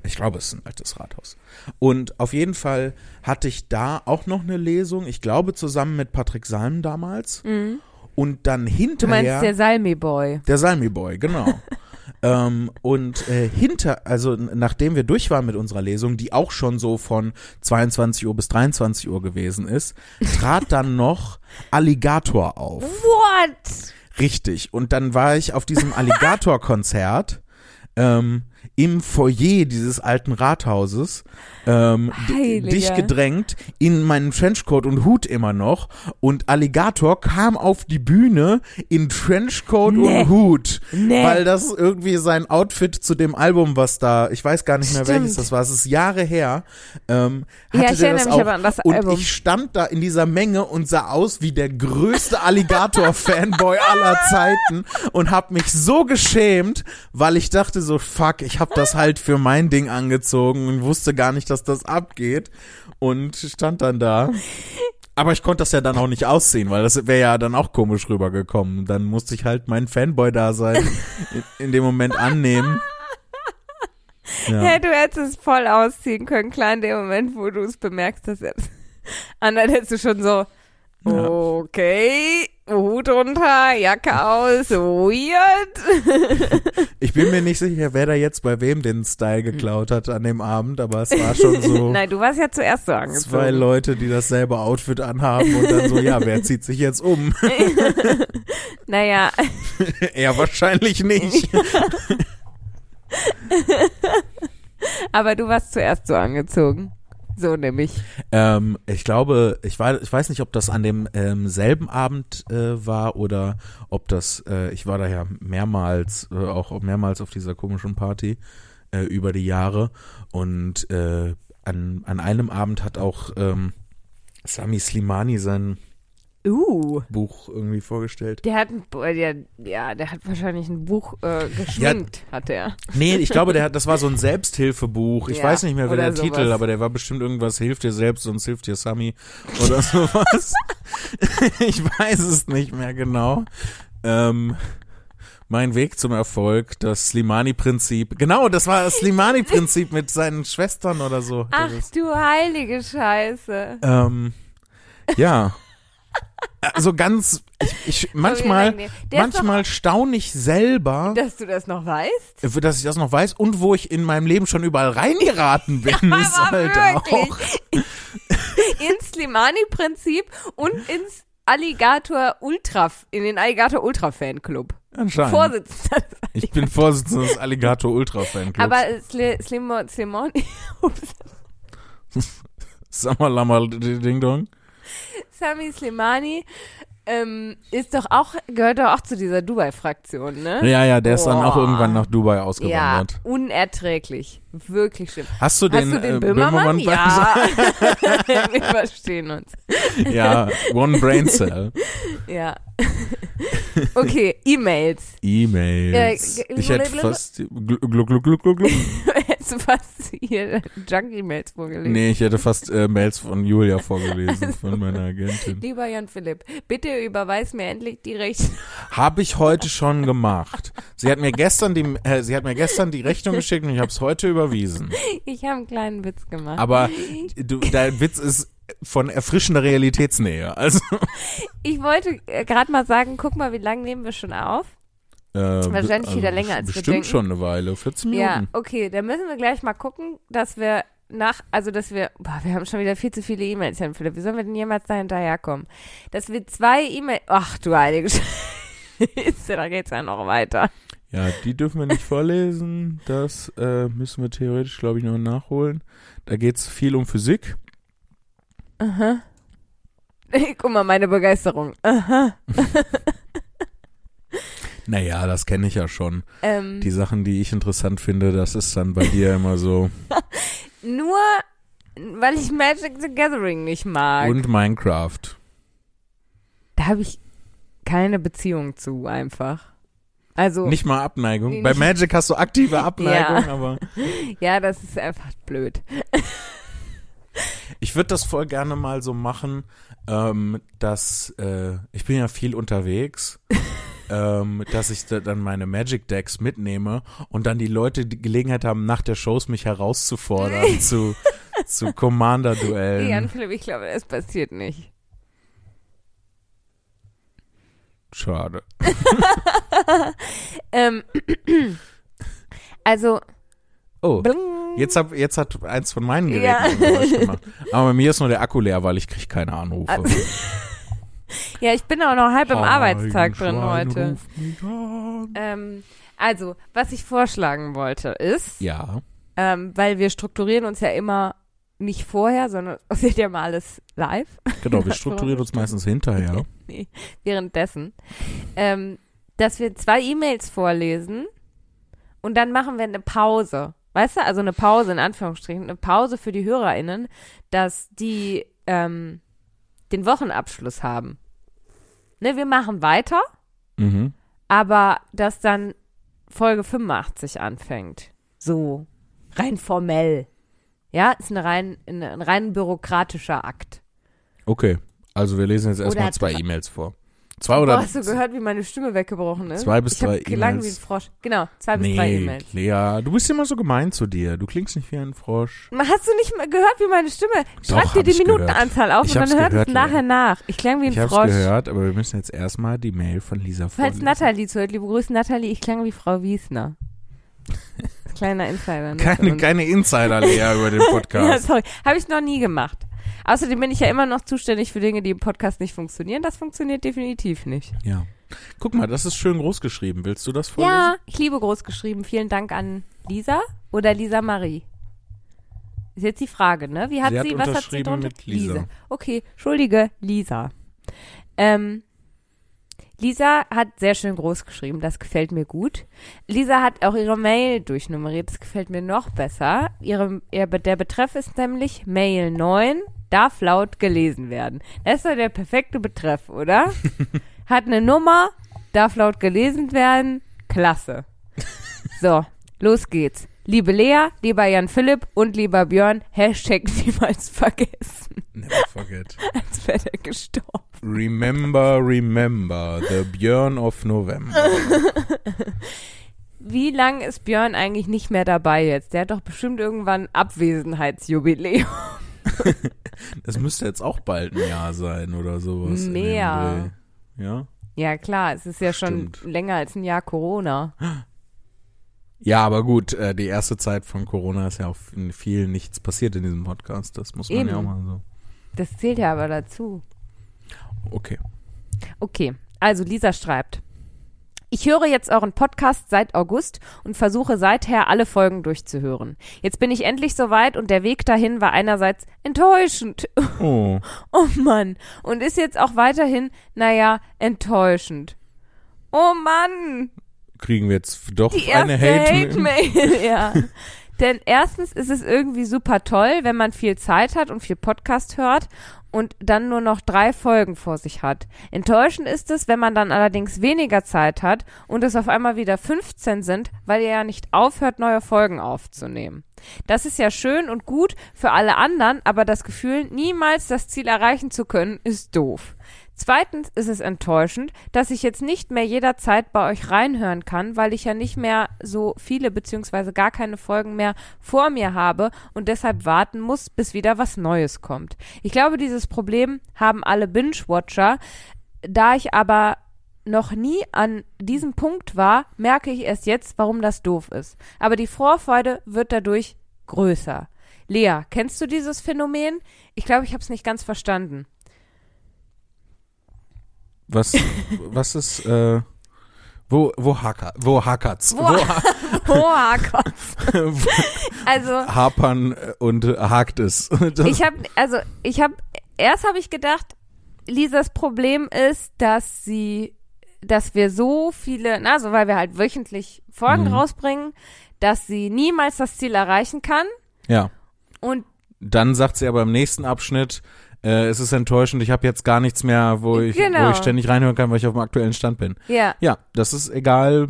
Speaker 1: Ich glaube, es ist ein altes Rathaus. Und auf jeden Fall hatte ich da auch noch eine Lesung, ich glaube zusammen mit Patrick Salm damals. Und dann
Speaker 2: Mhm. Du
Speaker 1: hinterher.
Speaker 2: meinst der Salmi-Boy.
Speaker 1: Der Salmi-Boy, genau. ähm, und äh, hinter, also n- nachdem wir durch waren mit unserer Lesung, die auch schon so von 22 Uhr bis 23 Uhr gewesen ist, trat dann noch Alligator auf.
Speaker 2: What?
Speaker 1: Richtig. Und dann war ich auf diesem Alligator-Konzert ähm, im Foyer dieses alten Rathauses, ähm, di-
Speaker 2: Heiliger.
Speaker 1: dicht gedrängt, in meinen Trenchcoat und Hut immer noch. Und Alligator kam auf die Bühne in Trenchcoat
Speaker 2: Nee.
Speaker 1: und Hut.
Speaker 2: Nee.
Speaker 1: Weil das irgendwie sein Outfit zu dem Album, was da, ich weiß gar nicht mehr
Speaker 2: Stimmt.
Speaker 1: welches das war, es ist Jahre her, ähm,
Speaker 2: Ja,
Speaker 1: hatte
Speaker 2: ich
Speaker 1: der
Speaker 2: erinnere
Speaker 1: das
Speaker 2: mich
Speaker 1: auch.
Speaker 2: aber an das
Speaker 1: und
Speaker 2: Album.
Speaker 1: ich stand da in dieser Menge und sah aus wie der größte Alligator-Fanboy aller Zeiten und hab mich so geschämt, weil ich dachte so, fuck, ich hab das halt für mein Ding angezogen und wusste gar nicht, dass das abgeht und stand dann da. Aber ich konnte das ja dann auch nicht ausziehen, weil das wäre ja dann auch komisch rübergekommen. Dann musste ich halt mein Fanboy-Dasein in, in dem Moment annehmen.
Speaker 2: Ja. du hättest es voll ausziehen können, klar, in dem Moment, wo du es bemerkst, dass er Und dann hättest du schon so,
Speaker 1: Ja.
Speaker 2: okay, Hut runter, Jacke aus, weird.
Speaker 1: Ich bin mir nicht sicher, wer da jetzt bei wem den Style geklaut hat an dem Abend, aber es war schon so
Speaker 2: Nein, du warst ja zuerst so angezogen.
Speaker 1: zwei Leute, die dasselbe Outfit anhaben und dann so, ja, wer zieht sich jetzt um?
Speaker 2: Naja,
Speaker 1: er wahrscheinlich nicht.
Speaker 2: aber du warst zuerst so angezogen. So nämlich.
Speaker 1: ähm, ich glaube, ich, war, ich weiß nicht, ob das an dem ähm, selben Abend äh, war oder ob das, äh, ich war da ja mehrmals, äh, auch mehrmals auf dieser komischen Party äh, über die Jahre und äh, an, an einem Abend hat auch ähm, Sami Slimani sein
Speaker 2: Uh.
Speaker 1: Buch irgendwie vorgestellt.
Speaker 2: Der hat, ein, Bo- der, ja, der hat wahrscheinlich ein Buch äh, geschminkt, hat er.
Speaker 1: Nee, ich glaube, der hat, das war so ein Selbsthilfebuch. Ich
Speaker 2: Ja,
Speaker 1: weiß nicht mehr, wer
Speaker 2: oder
Speaker 1: der
Speaker 2: sowas.
Speaker 1: Titel, aber der war bestimmt irgendwas, hilft dir selbst, sonst hilft dir Sammy oder sowas. ich weiß es nicht mehr genau. Ähm, mein Weg zum Erfolg, das Slimani-Prinzip. Genau, das war das Slimani-Prinzip mit seinen Schwestern oder so.
Speaker 2: Ach
Speaker 1: Das ist-
Speaker 2: du heilige Scheiße.
Speaker 1: Ähm, ja. Also ganz, ich, ich manchmal,
Speaker 2: Der ist doch-
Speaker 1: manchmal staune ich selber
Speaker 2: Dass du das noch weißt?
Speaker 1: für dass ich das noch weiß und wo ich in meinem Leben schon überall reingeraten bin. ist
Speaker 2: Aber
Speaker 1: halt auch.
Speaker 2: ins Slimani-Prinzip und ins Alligator Ultra, in den Alligator Ultra Fanclub.
Speaker 1: Anscheinend.
Speaker 2: Vorsitzender.
Speaker 1: ich bin Vorsitzender des Alligator Ultra Fanclubs.
Speaker 2: Aber Sli- Slimo- Slimoni, ups,
Speaker 1: Sag mal, Lama, Ding Dong.
Speaker 2: Sami Slimani ähm, ist doch auch, gehört doch auch zu dieser Dubai-Fraktion, ne?
Speaker 1: Ja, ja, der ist dann auch
Speaker 2: Boah.
Speaker 1: irgendwann nach Dubai
Speaker 2: Ja,
Speaker 1: ausgewandert.
Speaker 2: unerträglich. Wirklich schlimm.
Speaker 1: Hast du den,
Speaker 2: Hast du den
Speaker 1: äh,
Speaker 2: Böhmermann?
Speaker 1: bei-
Speaker 2: ja. Wir verstehen uns.
Speaker 1: ja, One Brain Cell.
Speaker 2: Ja. Okay, E-Mails.
Speaker 1: E-Mails.
Speaker 2: Äh, g-
Speaker 1: ich hätte
Speaker 2: blub-
Speaker 1: fast. Gluck, gluck, gluck, gluck, gluck.
Speaker 2: Hättest du fast hier Junk-E-Mails vorgelegt.
Speaker 1: Nee, ich hätte fast äh, Mails von Julia vorgelesen, von meiner Agentin.
Speaker 2: Lieber Jan Philipp, bitte überweis mir endlich die Rechnung.
Speaker 1: Habe ich heute schon gemacht. Sie hat mir gestern die, äh, sie hat mir gestern die Rechnung geschickt und ich habe es heute überwiesen.
Speaker 2: Ich habe einen kleinen Witz gemacht.
Speaker 1: Aber du, dein Witz ist von erfrischender Realitätsnähe. Also
Speaker 2: ich wollte äh, gerade mal sagen, guck mal, wie lange nehmen wir schon auf?
Speaker 1: äh,
Speaker 2: Wahrscheinlich
Speaker 1: also
Speaker 2: wieder länger, als wir
Speaker 1: bestimmt
Speaker 2: denken.
Speaker 1: schon eine Weile, 14
Speaker 2: Ja,
Speaker 1: Minuten.
Speaker 2: okay, dann müssen wir gleich mal gucken, dass wir nach, also dass wir, boah, wir haben schon wieder viel zu viele E-Mails, Herr Philipp, wie sollen wir denn jemals da hinterherkommen? Dass wir zwei E-Mails, ach du heilige Scheiße, da geht's ja noch weiter.
Speaker 1: Ja. die dürfen wir nicht vorlesen. Das äh, müssen wir theoretisch, glaube ich, noch nachholen. Da geht's viel um Physik.
Speaker 2: Aha. Guck mal, meine Begeisterung. Aha.
Speaker 1: Naja, das kenne ich ja schon.
Speaker 2: Ähm,
Speaker 1: Die Sachen, die ich interessant finde, das ist dann bei dir immer so.
Speaker 2: nur, weil ich Magic the Gathering nicht mag.
Speaker 1: Und Minecraft.
Speaker 2: Da habe ich keine Beziehung zu, einfach. Also,
Speaker 1: Nicht mal Abneigung.
Speaker 2: Nee,
Speaker 1: Bei
Speaker 2: nicht-
Speaker 1: Magic hast du aktive Abneigung,
Speaker 2: Ja.
Speaker 1: aber
Speaker 2: ja, das ist einfach blöd.
Speaker 1: ich würde das voll gerne mal so machen, ähm, dass äh, ich bin ja viel unterwegs. ähm, dass ich da dann meine Magic Decks mitnehme und dann die Leute die Gelegenheit haben, nach der Shows mich herauszufordern zu, zu
Speaker 2: Jan
Speaker 1: Commander-Duellen.
Speaker 2: Philipp, ich glaube, das passiert nicht.
Speaker 1: Schade.
Speaker 2: Ähm, also,
Speaker 1: Oh,
Speaker 2: bling.
Speaker 1: jetzt, hab, jetzt hat eins von meinen Geräten
Speaker 2: Ja.
Speaker 1: ein Geräusch gemacht. Aber bei mir ist nur der Akku leer, weil ich kriege keine Anrufe.
Speaker 2: Ah, ja, ich bin auch noch halb im Arbeitstag drin
Speaker 1: Heiligenschwein
Speaker 2: heute.
Speaker 1: ruft mich an.
Speaker 2: Ähm, also, was ich vorschlagen wollte ist,
Speaker 1: Ja.
Speaker 2: ähm, weil wir strukturieren uns ja immer nicht vorher, sondern seht ja mal alles live,
Speaker 1: Genau, wir strukturieren uns meistens hinterher.
Speaker 2: währenddessen, ähm, dass wir zwei E-Mails vorlesen und dann machen wir eine Pause. Weißt du, also eine Pause in Anführungsstrichen, eine Pause für die HörerInnen, dass die ähm, den Wochenabschluss haben. Ne, wir machen weiter,
Speaker 1: Mhm.
Speaker 2: aber dass dann Folge 85 anfängt. So, rein formell. Ja, ist eine rein, eine, ein rein bürokratischer Akt.
Speaker 1: Okay, also wir lesen jetzt erstmal
Speaker 2: Oder
Speaker 1: zwei
Speaker 2: drei.
Speaker 1: E-Mails vor. Zwei oder
Speaker 2: Boah, hast du gehört, wie meine Stimme weggebrochen ist?
Speaker 1: Oh, Zwei bis
Speaker 2: ich hab
Speaker 1: drei
Speaker 2: gelangen wie ein
Speaker 1: E-Mails.
Speaker 2: Frosch. Genau, zwei bis drei
Speaker 1: Nee,
Speaker 2: E-Mails.
Speaker 1: Lea, du bist immer so gemein zu dir. Du klingst nicht wie ein Frosch.
Speaker 2: Hast du nicht mal gehört, wie meine Stimme? Schreib
Speaker 1: Doch,
Speaker 2: dir
Speaker 1: hab
Speaker 2: die
Speaker 1: ich
Speaker 2: Minutenanzahl auf
Speaker 1: Ich
Speaker 2: und
Speaker 1: hab's
Speaker 2: dann hört
Speaker 1: gehört,
Speaker 2: es nachher
Speaker 1: Lea.
Speaker 2: nach. Ich klang wie ein
Speaker 1: Ich hab's
Speaker 2: Frosch.
Speaker 1: gehört, aber wir müssen jetzt erstmal die Mail von Lisa
Speaker 2: Falls
Speaker 1: vorlesen.
Speaker 2: Nathalie zuhört, liebe Grüße Nathalie, ich klang wie Frau Wiesner. Kleiner Insider. ne, von
Speaker 1: Keine,
Speaker 2: uns.
Speaker 1: keine Insider, Lea, über den
Speaker 2: Ja,
Speaker 1: Podcast.
Speaker 2: sorry. Habe ich noch nie gemacht. Außerdem bin ich ja immer noch zuständig für Dinge, die im Podcast nicht funktionieren. Das funktioniert definitiv nicht.
Speaker 1: ja. Guck mal, das ist schön groß geschrieben. Willst du das vorlesen?
Speaker 2: Ja, ich liebe groß geschrieben. Vielen Dank an Lisa oder Lisa Marie. Ist jetzt die Frage, ne? Wie hat
Speaker 1: Sie
Speaker 2: sie,
Speaker 1: hat
Speaker 2: was hat sie
Speaker 1: unterschrieben
Speaker 2: drunter?
Speaker 1: mit Lisa.
Speaker 2: Okay, Entschuldige, Lisa. Ähm, Lisa hat sehr schön groß geschrieben, das gefällt mir gut. Lisa hat auch ihre Mail durchnummeriert, das gefällt mir noch besser. Ihre, ihr, der Betreff ist nämlich Mail 9, darf laut gelesen werden. Das ist doch der perfekte Betreff, oder? hat eine Nummer, darf laut gelesen werden. Klasse. So, los geht's. Liebe Lea, lieber Jan Philipp und lieber Björn, Hashtag niemals vergessen,
Speaker 1: Never forget.
Speaker 2: als wäre der gestorben.
Speaker 1: Remember, remember, the Björn of November.
Speaker 2: Wie lange ist Björn eigentlich nicht mehr dabei jetzt? Der hat doch bestimmt irgendwann Abwesenheitsjubiläum.
Speaker 1: Das müsste jetzt auch bald ein Jahr sein oder sowas. in dem
Speaker 2: Mehr.
Speaker 1: Dreh. Ja?
Speaker 2: Ja klar, es ist ja schon
Speaker 1: Stimmt.
Speaker 2: länger als ein Jahr Corona.
Speaker 1: Ja, aber gut, äh, die erste Zeit von Corona ist ja auch in vielen nichts passiert in diesem Podcast. Das muss man
Speaker 2: Eben.
Speaker 1: ja auch mal so.
Speaker 2: Das zählt ja aber dazu.
Speaker 1: Okay.
Speaker 2: Okay, also Lisa schreibt. Ich höre jetzt euren Podcast seit August und versuche seither alle Folgen durchzuhören. Jetzt bin ich endlich soweit und der Weg dahin war einerseits enttäuschend,
Speaker 1: Oh,
Speaker 2: oh Mann, und ist jetzt auch weiterhin, naja, enttäuschend. Oh Mann,
Speaker 1: kriegen wir jetzt doch
Speaker 2: die
Speaker 1: eine
Speaker 2: erste
Speaker 1: Hate-Mail?
Speaker 2: Hate-Mail, ja. Denn erstens ist es irgendwie super toll, wenn man viel Zeit hat und viel Podcast hört und dann nur noch drei Folgen vor sich hat. Enttäuschend ist es, wenn man dann allerdings weniger Zeit hat und es auf einmal wieder 15 sind, weil ihr ja nicht aufhört, neue Folgen aufzunehmen. Das ist ja schön und gut für alle anderen, aber das Gefühl, niemals das Ziel erreichen zu können, ist doof. Zweitens ist es enttäuschend, dass ich jetzt nicht mehr jederzeit bei euch reinhören kann, weil ich ja nicht mehr so viele beziehungsweise gar keine Folgen mehr vor mir habe und deshalb warten muss, bis wieder was Neues kommt. Ich glaube, dieses Problem haben alle Binge-Watcher. Da ich aber noch nie an diesem Punkt war, merke ich erst jetzt, warum das doof ist. Aber die Vorfreude wird dadurch größer. Lea, kennst du dieses Phänomen? Ich glaube, ich habe es nicht ganz verstanden.
Speaker 1: Was, was ist, äh, wo, wo hacker, wo hackert's?
Speaker 2: Wo- Boah, Gott.
Speaker 1: wo
Speaker 2: Also,
Speaker 1: hapern und hakt es. Das,
Speaker 2: ich habe also ich habe erst habe ich gedacht, Lisas Problem ist, dass sie dass wir so viele, na, so weil wir halt wöchentlich Folgen rausbringen, dass sie niemals das Ziel erreichen kann
Speaker 1: ja.
Speaker 2: und
Speaker 1: Dann sagt sie aber im nächsten Abschnitt, äh, es ist enttäuschend, ich habe jetzt gar nichts mehr, wo ich, wo
Speaker 2: Genau.
Speaker 1: ich ständig reinhören kann, weil ich auf dem aktuellen Stand bin.
Speaker 2: ja,
Speaker 1: Ja, das ist egal.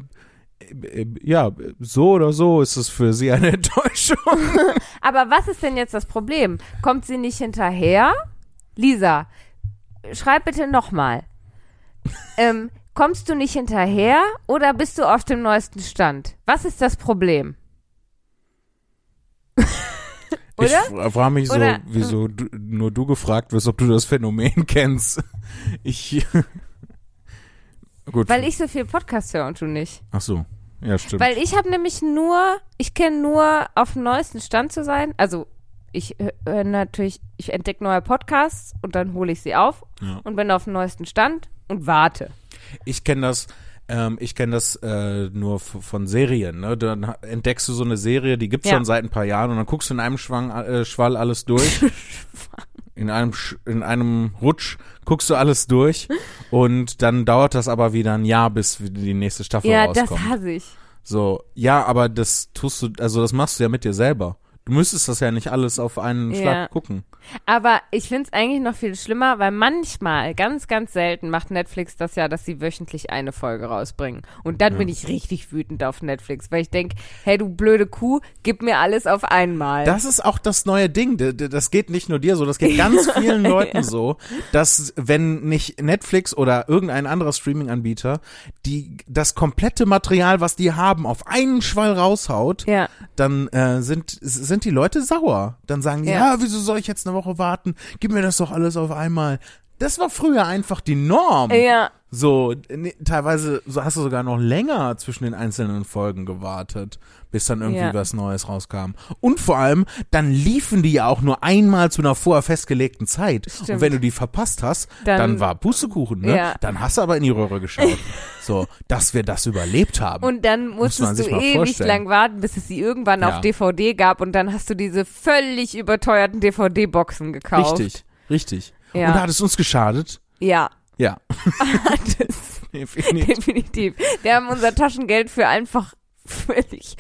Speaker 1: Äh, äh, Ja, so oder so ist es für sie eine Enttäuschung.
Speaker 2: Aber was ist denn jetzt das Problem? Kommt sie nicht hinterher? Lisa, schreib bitte nochmal. ähm, kommst du nicht hinterher oder bist du auf dem neuesten Stand? Was ist das Problem? Oder?
Speaker 1: Ich frage mich so,
Speaker 2: Oder- äh.
Speaker 1: wieso du, nur du gefragt wirst, ob du das Phänomen kennst. Ich. Gut.
Speaker 2: Weil ich so viel Podcast höre und du nicht.
Speaker 1: Ach so. Ja, stimmt.
Speaker 2: Weil ich habe nämlich nur, ich kenne nur auf dem neuesten Stand zu sein. Also ich hö- höre natürlich, ich entdecke neue Podcasts und dann hole ich sie auf
Speaker 1: Ja.
Speaker 2: und bin auf dem neuesten Stand und warte.
Speaker 1: Ich kenne das, ähm, ich kenne das äh, nur f- von Serien. Ne? Dann ha- entdeckst du so eine Serie, die gibt's
Speaker 2: Ja.
Speaker 1: schon seit ein paar Jahren und dann guckst du in einem Schwang, äh, Schwall alles durch. In einem, Sch- in einem Rutsch guckst du alles durch und dann dauert das aber wieder ein Jahr, bis die nächste Staffel
Speaker 2: Ja, das
Speaker 1: rauskommt.
Speaker 2: hasse ich.
Speaker 1: so, ja, aber das tust du, also das machst du ja mit dir selber. Du müsstest das ja nicht alles auf einen
Speaker 2: Ja.
Speaker 1: Schlag gucken.
Speaker 2: Aber ich find's eigentlich noch viel schlimmer, weil manchmal, ganz, ganz selten, macht Netflix das ja, dass sie wöchentlich eine Folge rausbringen. Und dann bin ich richtig wütend auf Netflix, weil ich denk, hey, du blöde Kuh, gib mir alles auf einmal.
Speaker 1: Das ist auch das neue Ding. D- d- Das geht nicht nur dir so, das geht ganz vielen Leuten so, dass wenn nicht Netflix oder irgendein anderer Streaming-Anbieter die das komplette Material, was die haben, auf einen Schwall raushaut,
Speaker 2: ja.
Speaker 1: dann äh, sind sind die Leute sauer. Dann sagen die, ja.
Speaker 2: Ja.
Speaker 1: wieso soll ich jetzt eine Woche warten? Gib mir das doch alles auf einmal. Das war früher einfach die Norm.
Speaker 2: Ja.
Speaker 1: So, nee, teilweise so hast du sogar noch länger zwischen den einzelnen Folgen gewartet, bis dann irgendwie
Speaker 2: Ja.
Speaker 1: was Neues rauskam. Und vor allem, dann liefen die ja auch nur einmal zu einer vorher festgelegten Zeit. Und
Speaker 2: Stimmt.
Speaker 1: wenn du die verpasst hast, dann,
Speaker 2: Dann-
Speaker 1: war Pustekuchen, ne?
Speaker 2: Ja.
Speaker 1: Dann hast du aber in die Röhre geschaut. so, dass wir das überlebt haben.
Speaker 2: Und dann
Speaker 1: man
Speaker 2: musstest
Speaker 1: sich
Speaker 2: du
Speaker 1: mal
Speaker 2: ewig
Speaker 1: vorstellen.
Speaker 2: lang warten, bis es sie irgendwann
Speaker 1: Ja.
Speaker 2: auf DVD gab und dann hast du diese völlig überteuerten DVD-Boxen gekauft.
Speaker 1: Richtig, richtig.
Speaker 2: Ja.
Speaker 1: Und hat es uns geschadet?
Speaker 2: Ja.
Speaker 1: Ja.
Speaker 2: Das Definitiv. Wir haben unser Taschengeld für einfach völlig.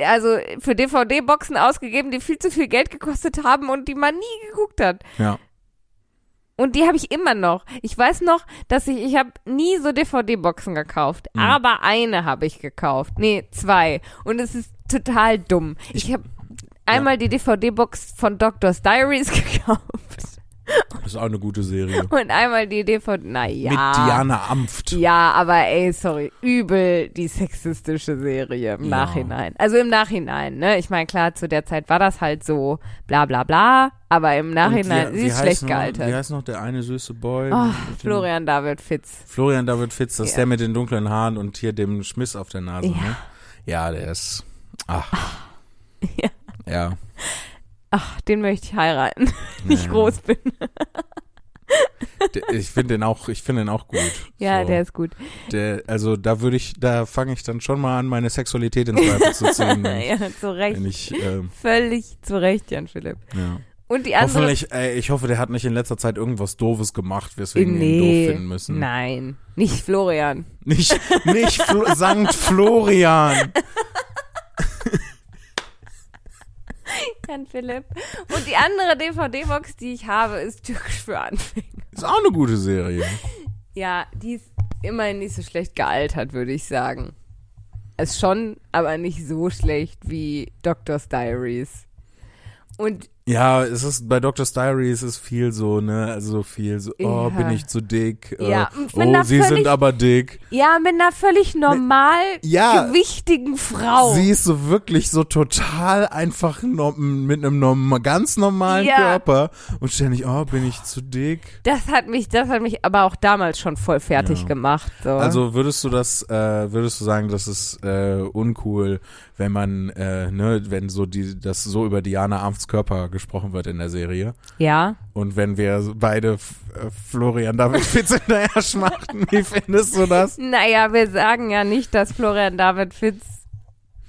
Speaker 2: Also für DVD-Boxen ausgegeben, die viel zu viel Geld gekostet haben und die man nie geguckt hat.
Speaker 1: ja.
Speaker 2: Und die habe ich immer noch. Ich weiß noch, dass ich, ich habe nie so DVD-Boxen gekauft,
Speaker 1: Hm.
Speaker 2: aber eine habe ich gekauft. Nee, zwei. Und es ist total dumm. Ich habe einmal die DVD-Box von Doctor's Diaries gekauft
Speaker 1: Das ist auch eine gute Serie.
Speaker 2: und einmal die DVD, naja.
Speaker 1: Mit Diana Amft.
Speaker 2: Ja, aber ey, sorry, übel die sexistische Serie im
Speaker 1: Ja.
Speaker 2: Nachhinein. Also im Nachhinein, ne? Ich meine, klar, zu der Zeit war das halt so bla bla bla, aber im Nachhinein,
Speaker 1: Und
Speaker 2: sie ist
Speaker 1: heißt
Speaker 2: schlecht
Speaker 1: noch, Wie
Speaker 2: gealtert.
Speaker 1: heißt noch der eine süße Boy?
Speaker 2: Oh,
Speaker 1: Mit dem-
Speaker 2: Florian David Fitz.
Speaker 1: Florian David Fitz, das ist
Speaker 2: Ja.
Speaker 1: der mit den dunklen Haaren und hier dem Schmiss auf der Nase,
Speaker 2: Ja.
Speaker 1: ne? Ja, der ist. Ach.
Speaker 2: Ah. Ja.
Speaker 1: Ja.
Speaker 2: Ach, den möchte ich heiraten, wenn ich
Speaker 1: Ja.
Speaker 2: groß bin.
Speaker 1: D- Ich finde den auch, ich finde den auch gut.
Speaker 2: Ja,
Speaker 1: so.
Speaker 2: der ist gut.
Speaker 1: Der, also da würde ich, da fange ich dann schon mal an, meine Sexualität in Zweifel zu ziehen. Wenn,
Speaker 2: ja, zu
Speaker 1: wenn
Speaker 2: Recht.
Speaker 1: ich, ähm,
Speaker 2: Völlig zu Recht, Jan Philipp.
Speaker 1: ja.
Speaker 2: Und die andere.
Speaker 1: Hoffentlich, ey, ich hoffe, der hat nicht in letzter Zeit irgendwas Doofes gemacht, weswegen wir ihn doof finden müssen.
Speaker 2: Nein, nicht Florian.
Speaker 1: Nicht, nicht Flo Sankt Florian.
Speaker 2: Jan Philipp. Und die andere DVD-Box, die ich habe, ist Türkisch für Anfänger.
Speaker 1: Ist auch eine gute Serie.
Speaker 2: Ja, die ist immerhin nicht so schlecht gealtert, würde ich sagen. Ist schon, aber nicht so schlecht wie Doctor's Diaries. Und
Speaker 1: Ja, es ist bei Doctor's Diary ist es viel so, ne, also viel so, oh,
Speaker 2: Ja.
Speaker 1: bin ich zu dick,
Speaker 2: Ja,
Speaker 1: äh,
Speaker 2: wenn
Speaker 1: oh,
Speaker 2: da
Speaker 1: sie sind
Speaker 2: völlig-
Speaker 1: aber dick.
Speaker 2: ja, mit einer völlig normal
Speaker 1: Ja.
Speaker 2: gewichtigen Frau.
Speaker 1: Sie ist so wirklich so total einfach no, mit einem norm, ganz normalen
Speaker 2: Ja.
Speaker 1: Körper und ständig, oh, bin ich zu dick.
Speaker 2: das hat mich, das hat mich aber auch damals schon voll fertig
Speaker 1: Ja.
Speaker 2: gemacht. So.
Speaker 1: Also würdest du das, äh, würdest du sagen, das ist äh, uncool, wenn man, äh, ne, wenn so die, das so über Diana Amts Körper gesprochen wird in der Serie?
Speaker 2: ja.
Speaker 1: Und wenn wir beide F- äh, Florian David Fitz hinterher schmachten, wie findest du das?
Speaker 2: Naja, wir sagen ja nicht, dass Florian David Fitz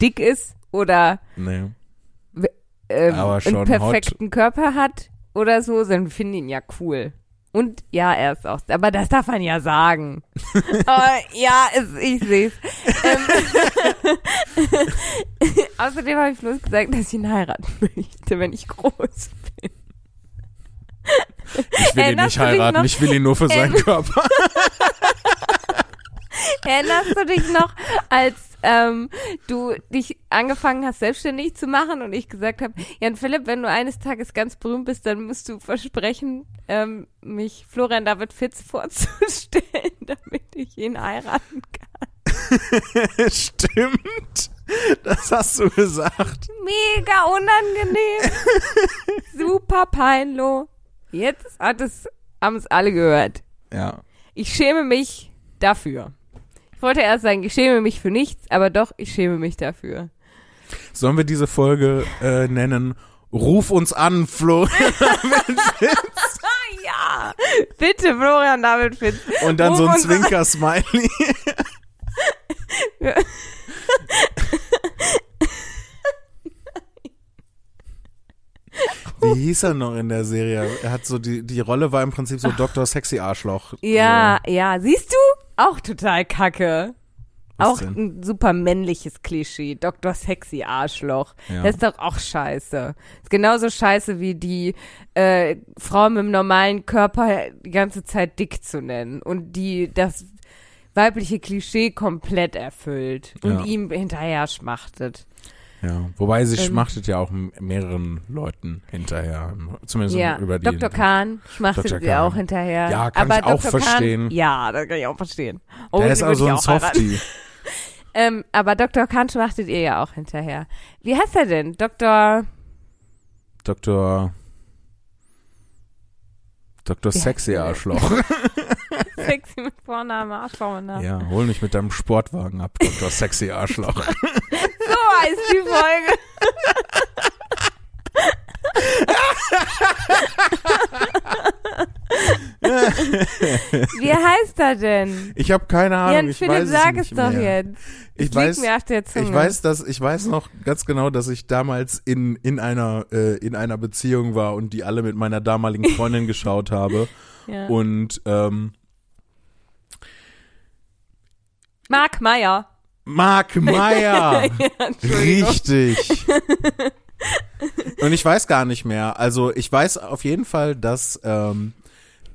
Speaker 2: dick ist oder
Speaker 1: Nee.
Speaker 2: ähm,
Speaker 1: Aber
Speaker 2: einen
Speaker 1: schon
Speaker 2: perfekten Körper hat oder so, sondern wir finden ihn ja cool. Und ja, er ist auch. Aber das darf man ja sagen. aber ja, es, ich sehe es. Ähm, Außerdem habe ich bloß gesagt, dass ich ihn heiraten möchte, wenn ich groß bin.
Speaker 1: Ich will ihn
Speaker 2: Erinnerst
Speaker 1: nicht
Speaker 2: du dich
Speaker 1: heiraten,
Speaker 2: noch?
Speaker 1: ich will ihn nur für seinen
Speaker 2: Ähm.
Speaker 1: Körper.
Speaker 2: Erinnerst du dich noch, als ähm, du dich angefangen hast, selbstständig zu machen und ich gesagt habe, Jan Philipp, wenn du eines Tages ganz berühmt bist, dann musst du versprechen, ähm, mich Florian David Fitz vorzustellen, damit ich ihn heiraten kann.
Speaker 1: Stimmt. Das hast du gesagt.
Speaker 2: Mega unangenehm. Super peinlo. Jetzt hat es, haben es alle gehört.
Speaker 1: Ja.
Speaker 2: Ich schäme mich dafür. Ich wollte erst sagen, ich schäme mich für nichts, aber doch, ich schäme mich dafür.
Speaker 1: Sollen wir diese Folge äh, nennen? Ruf uns an, Florian.
Speaker 2: Ja, bitte Florian David Fitz.
Speaker 1: Und dann
Speaker 2: Ruf
Speaker 1: so ein
Speaker 2: uns an.
Speaker 1: Zwinker-Smiley. Wie hieß er noch in der Serie? Er hat so die, die Rolle war im Prinzip so Dr. Sexy Arschloch.
Speaker 2: Ja, ja, siehst du? Auch total kacke.
Speaker 1: Was
Speaker 2: auch
Speaker 1: denn?
Speaker 2: ein super männliches Klischee. Dr. Sexy Arschloch.
Speaker 1: Ja.
Speaker 2: Das ist doch auch scheiße. Ist genauso scheiße wie die äh, Frau mit dem normalen Körper die ganze Zeit dick zu nennen. Und die das weibliche Klischee komplett erfüllt und
Speaker 1: Ja.
Speaker 2: ihm hinterher schmachtet.
Speaker 1: Ja, wobei sie
Speaker 2: Ähm.
Speaker 1: schmachtet ja auch m- mehreren Leuten hinterher, zumindest
Speaker 2: Ja,
Speaker 1: über die.
Speaker 2: Dr. Kahn schmachtet
Speaker 1: Dr.
Speaker 2: sie
Speaker 1: Kahn.
Speaker 2: auch hinterher.
Speaker 1: Ja, kann
Speaker 2: aber
Speaker 1: ich auch
Speaker 2: Dr.
Speaker 1: verstehen.
Speaker 2: Kahn, ja, das kann ich auch verstehen. Oh,
Speaker 1: Der
Speaker 2: sie
Speaker 1: ist
Speaker 2: würde
Speaker 1: also
Speaker 2: ich
Speaker 1: ein
Speaker 2: auch heiraten.
Speaker 1: Softie.
Speaker 2: Ähm, aber Dr. Kahn schmachtet ihr ja auch hinterher. Wie heißt er denn? Dr.
Speaker 1: Dr. Dr.
Speaker 2: heißt
Speaker 1: Sexy
Speaker 2: der?
Speaker 1: Arschloch.
Speaker 2: Sexy mit Vornamen, Arschloch mit Namen.
Speaker 1: Ja, hol mich mit deinem Sportwagen ab, Dr. Sexy Arschloch.
Speaker 2: So heißt die Folge. Wie heißt er denn?
Speaker 1: Ich habe keine Ahnung.
Speaker 2: Jan
Speaker 1: ich
Speaker 2: Philipp,
Speaker 1: weiß
Speaker 2: sag
Speaker 1: es
Speaker 2: es
Speaker 1: nicht
Speaker 2: doch
Speaker 1: mehr.
Speaker 2: jetzt.
Speaker 1: Ich
Speaker 2: Liegt
Speaker 1: weiß,
Speaker 2: mir auf der Zunge.
Speaker 1: ich weiß, dass ich weiß noch ganz genau, dass ich damals in in einer äh, in einer Beziehung war und die alle mit meiner damaligen Freundin geschaut habe
Speaker 2: Ja.
Speaker 1: und ähm,
Speaker 2: Mark Meyer.
Speaker 1: Mark Meyer. Richtig. Und ich weiß gar nicht mehr. Also ich weiß auf jeden Fall, dass, ähm,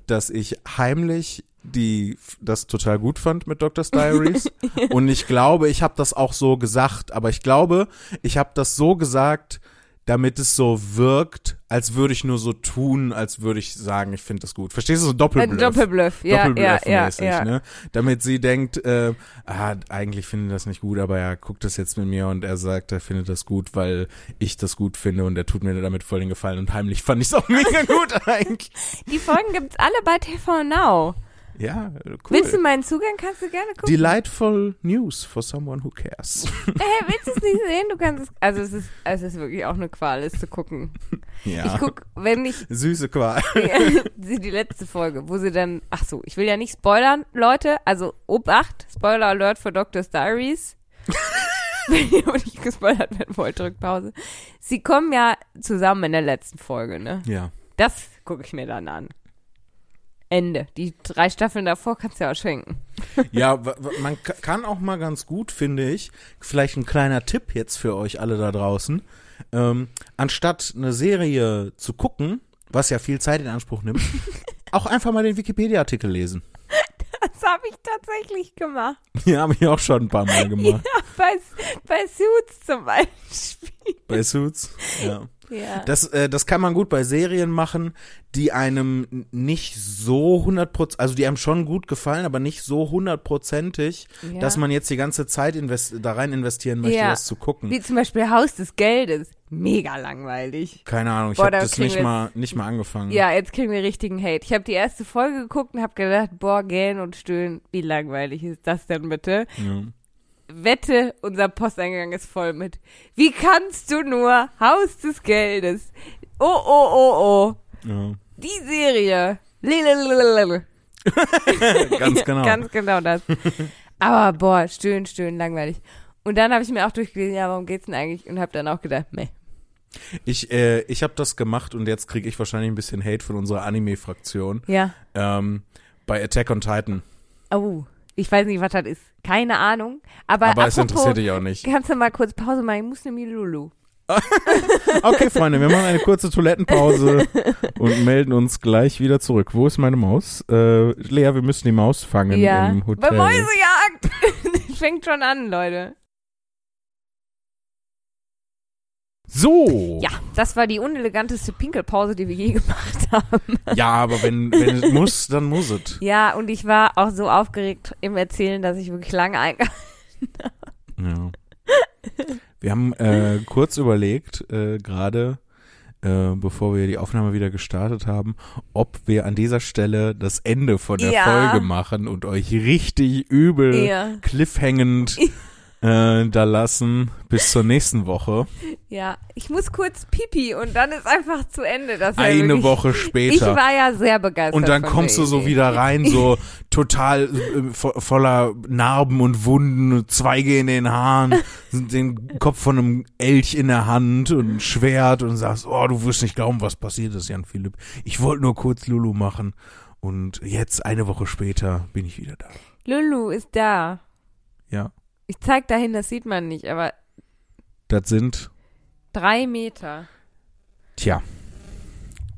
Speaker 1: dass ich heimlich die das total gut fand mit Doctor's Diaries. Und ich glaube, ich habe das auch so gesagt, aber ich glaube, ich habe das so gesagt, damit es so wirkt, als würde ich nur so tun, als würde ich sagen, ich finde das gut. Verstehst du so
Speaker 2: Äh,
Speaker 1: Doppelbluff?
Speaker 2: Doppelbluff. Ja, ja, ja,
Speaker 1: Doppelbluff-mäßig,
Speaker 2: ja.
Speaker 1: ne? Damit sie denkt, äh, ah, eigentlich findet das nicht gut, aber er guckt das jetzt mit mir und er sagt, er findet das gut, weil ich das gut finde und er tut mir damit voll den Gefallen und heimlich fand ich es auch mega gut eigentlich.
Speaker 2: Die Folgen gibt's alle bei TV Now.
Speaker 1: Ja, cool.
Speaker 2: Willst du meinen Zugang? Kannst du gerne gucken.
Speaker 1: Delightful news for someone who cares.
Speaker 2: Hey, willst du es nicht sehen? Du kannst es. Also es ist, es ist wirklich auch eine Qual, es zu gucken.
Speaker 1: ja.
Speaker 2: Ich guck, wenn ich
Speaker 1: Süße Qual.
Speaker 2: die, die letzte Folge, wo sie dann. Ach so, ich will ja nicht spoilern, Leute. Also Obacht, Spoiler Alert für Doctor's Diaries. wenn ihr aber nicht gespoilert werden wollt, drückt Pause. Sie kommen ja zusammen in der letzten Folge, ne?
Speaker 1: Ja.
Speaker 2: Das gucke ich mir dann an. Ende. Die drei Staffeln davor kannst du ja auch schenken.
Speaker 1: Ja, wa- wa- man k- kann auch mal ganz gut, finde ich, vielleicht ein kleiner Tipp jetzt für euch alle da draußen, ähm, anstatt eine Serie zu gucken, was ja viel Zeit in Anspruch nimmt, auch einfach mal den Wikipedia-Artikel lesen.
Speaker 2: Das habe ich tatsächlich gemacht.
Speaker 1: Ja, habe ich auch schon ein paar Mal gemacht.
Speaker 2: Ja, bei, bei Suits zum Beispiel.
Speaker 1: Bei Suits. Ja.
Speaker 2: Ja.
Speaker 1: Das, äh, das kann man gut bei Serien machen, die einem n- nicht so 100%, also die einem schon gut gefallen, aber nicht so hundertprozentig,
Speaker 2: Ja.
Speaker 1: dass man jetzt die ganze Zeit invest da rein investieren möchte,
Speaker 2: Ja.
Speaker 1: das zu gucken.
Speaker 2: Wie zum Beispiel Haus des Geldes. Mega langweilig.
Speaker 1: Keine Ahnung, ich
Speaker 2: Boah,
Speaker 1: habe
Speaker 2: da
Speaker 1: das
Speaker 2: kriegen
Speaker 1: nicht
Speaker 2: wir
Speaker 1: mal, nicht mal angefangen.
Speaker 2: Ja, jetzt kriegen wir richtigen Hate. Ich habe die erste Folge geguckt und habe gedacht, boah, gähnen und stöhnen, wie langweilig ist das denn bitte?
Speaker 1: Ja.
Speaker 2: Wette, unser Posteingang ist voll mit. Wie kannst du nur Haus des Geldes? Oh, oh, oh, oh.
Speaker 1: Ja.
Speaker 2: Die Serie. Lelelelelele.
Speaker 1: Ganz genau.
Speaker 2: Ganz genau das. Aber boah, stöhnen, stöhnen, langweilig. Und dann habe ich mir auch durchgelesen, ja, warum geht's denn eigentlich? Und habe dann auch gedacht, meh.
Speaker 1: ich äh, ich habe das gemacht und jetzt kriege ich wahrscheinlich ein bisschen Hate von unserer Anime-Fraktion.
Speaker 2: Ja.
Speaker 1: Ähm, bei Attack on Titan.
Speaker 2: Oh, ich weiß nicht, was das ist. Keine Ahnung. Aber,
Speaker 1: Aber es
Speaker 2: apropos,
Speaker 1: interessiert dich auch nicht.
Speaker 2: Kannst du mal kurz Pause machen? Ich muss nämlich Lulu.
Speaker 1: Okay, Freunde, wir machen eine kurze Toilettenpause und melden uns gleich wieder zurück. Wo ist meine Maus? Äh, Lea, wir müssen die Maus fangen
Speaker 2: ja.
Speaker 1: im Hotel.
Speaker 2: Bei Mäusejagd. Fängt schon an, Leute.
Speaker 1: so!
Speaker 2: Ja, das war die uneleganteste Pinkelpause, die wir je gemacht haben.
Speaker 1: Ja, aber wenn, wenn es muss, dann muss es.
Speaker 2: Ja, und ich war auch so aufgeregt im Erzählen, dass ich wirklich lange eingehalten
Speaker 1: Ja. Wir haben äh, kurz überlegt, äh, gerade äh, bevor wir die Aufnahme wieder gestartet haben, ob wir an dieser Stelle das Ende von der
Speaker 2: Ja.
Speaker 1: Folge machen und euch richtig übel
Speaker 2: Ja.
Speaker 1: cliffhängend äh, da lassen bis zur nächsten Woche.
Speaker 2: Ja, ich muss kurz pipi und dann ist einfach zu Ende. Das war
Speaker 1: Eine
Speaker 2: wirklich,
Speaker 1: Woche
Speaker 2: Ich
Speaker 1: später.
Speaker 2: war ja sehr begeistert.
Speaker 1: und dann
Speaker 2: von
Speaker 1: kommst
Speaker 2: der
Speaker 1: du so
Speaker 2: Idee.
Speaker 1: wieder rein, so total äh, vo voller Narben und Wunden, Zweige in den Haaren, den Kopf von einem Elch in der Hand und ein Schwert und sagst, oh, du wirst nicht glauben, was passiert ist, Jan Philipp. Ich wollte nur kurz Lulu machen und jetzt, eine Woche später, bin ich wieder da.
Speaker 2: Lulu ist da.
Speaker 1: Ja,
Speaker 2: Ich zeig dahin, das sieht man nicht, aber
Speaker 1: das sind,
Speaker 2: drei Meter.
Speaker 1: tja,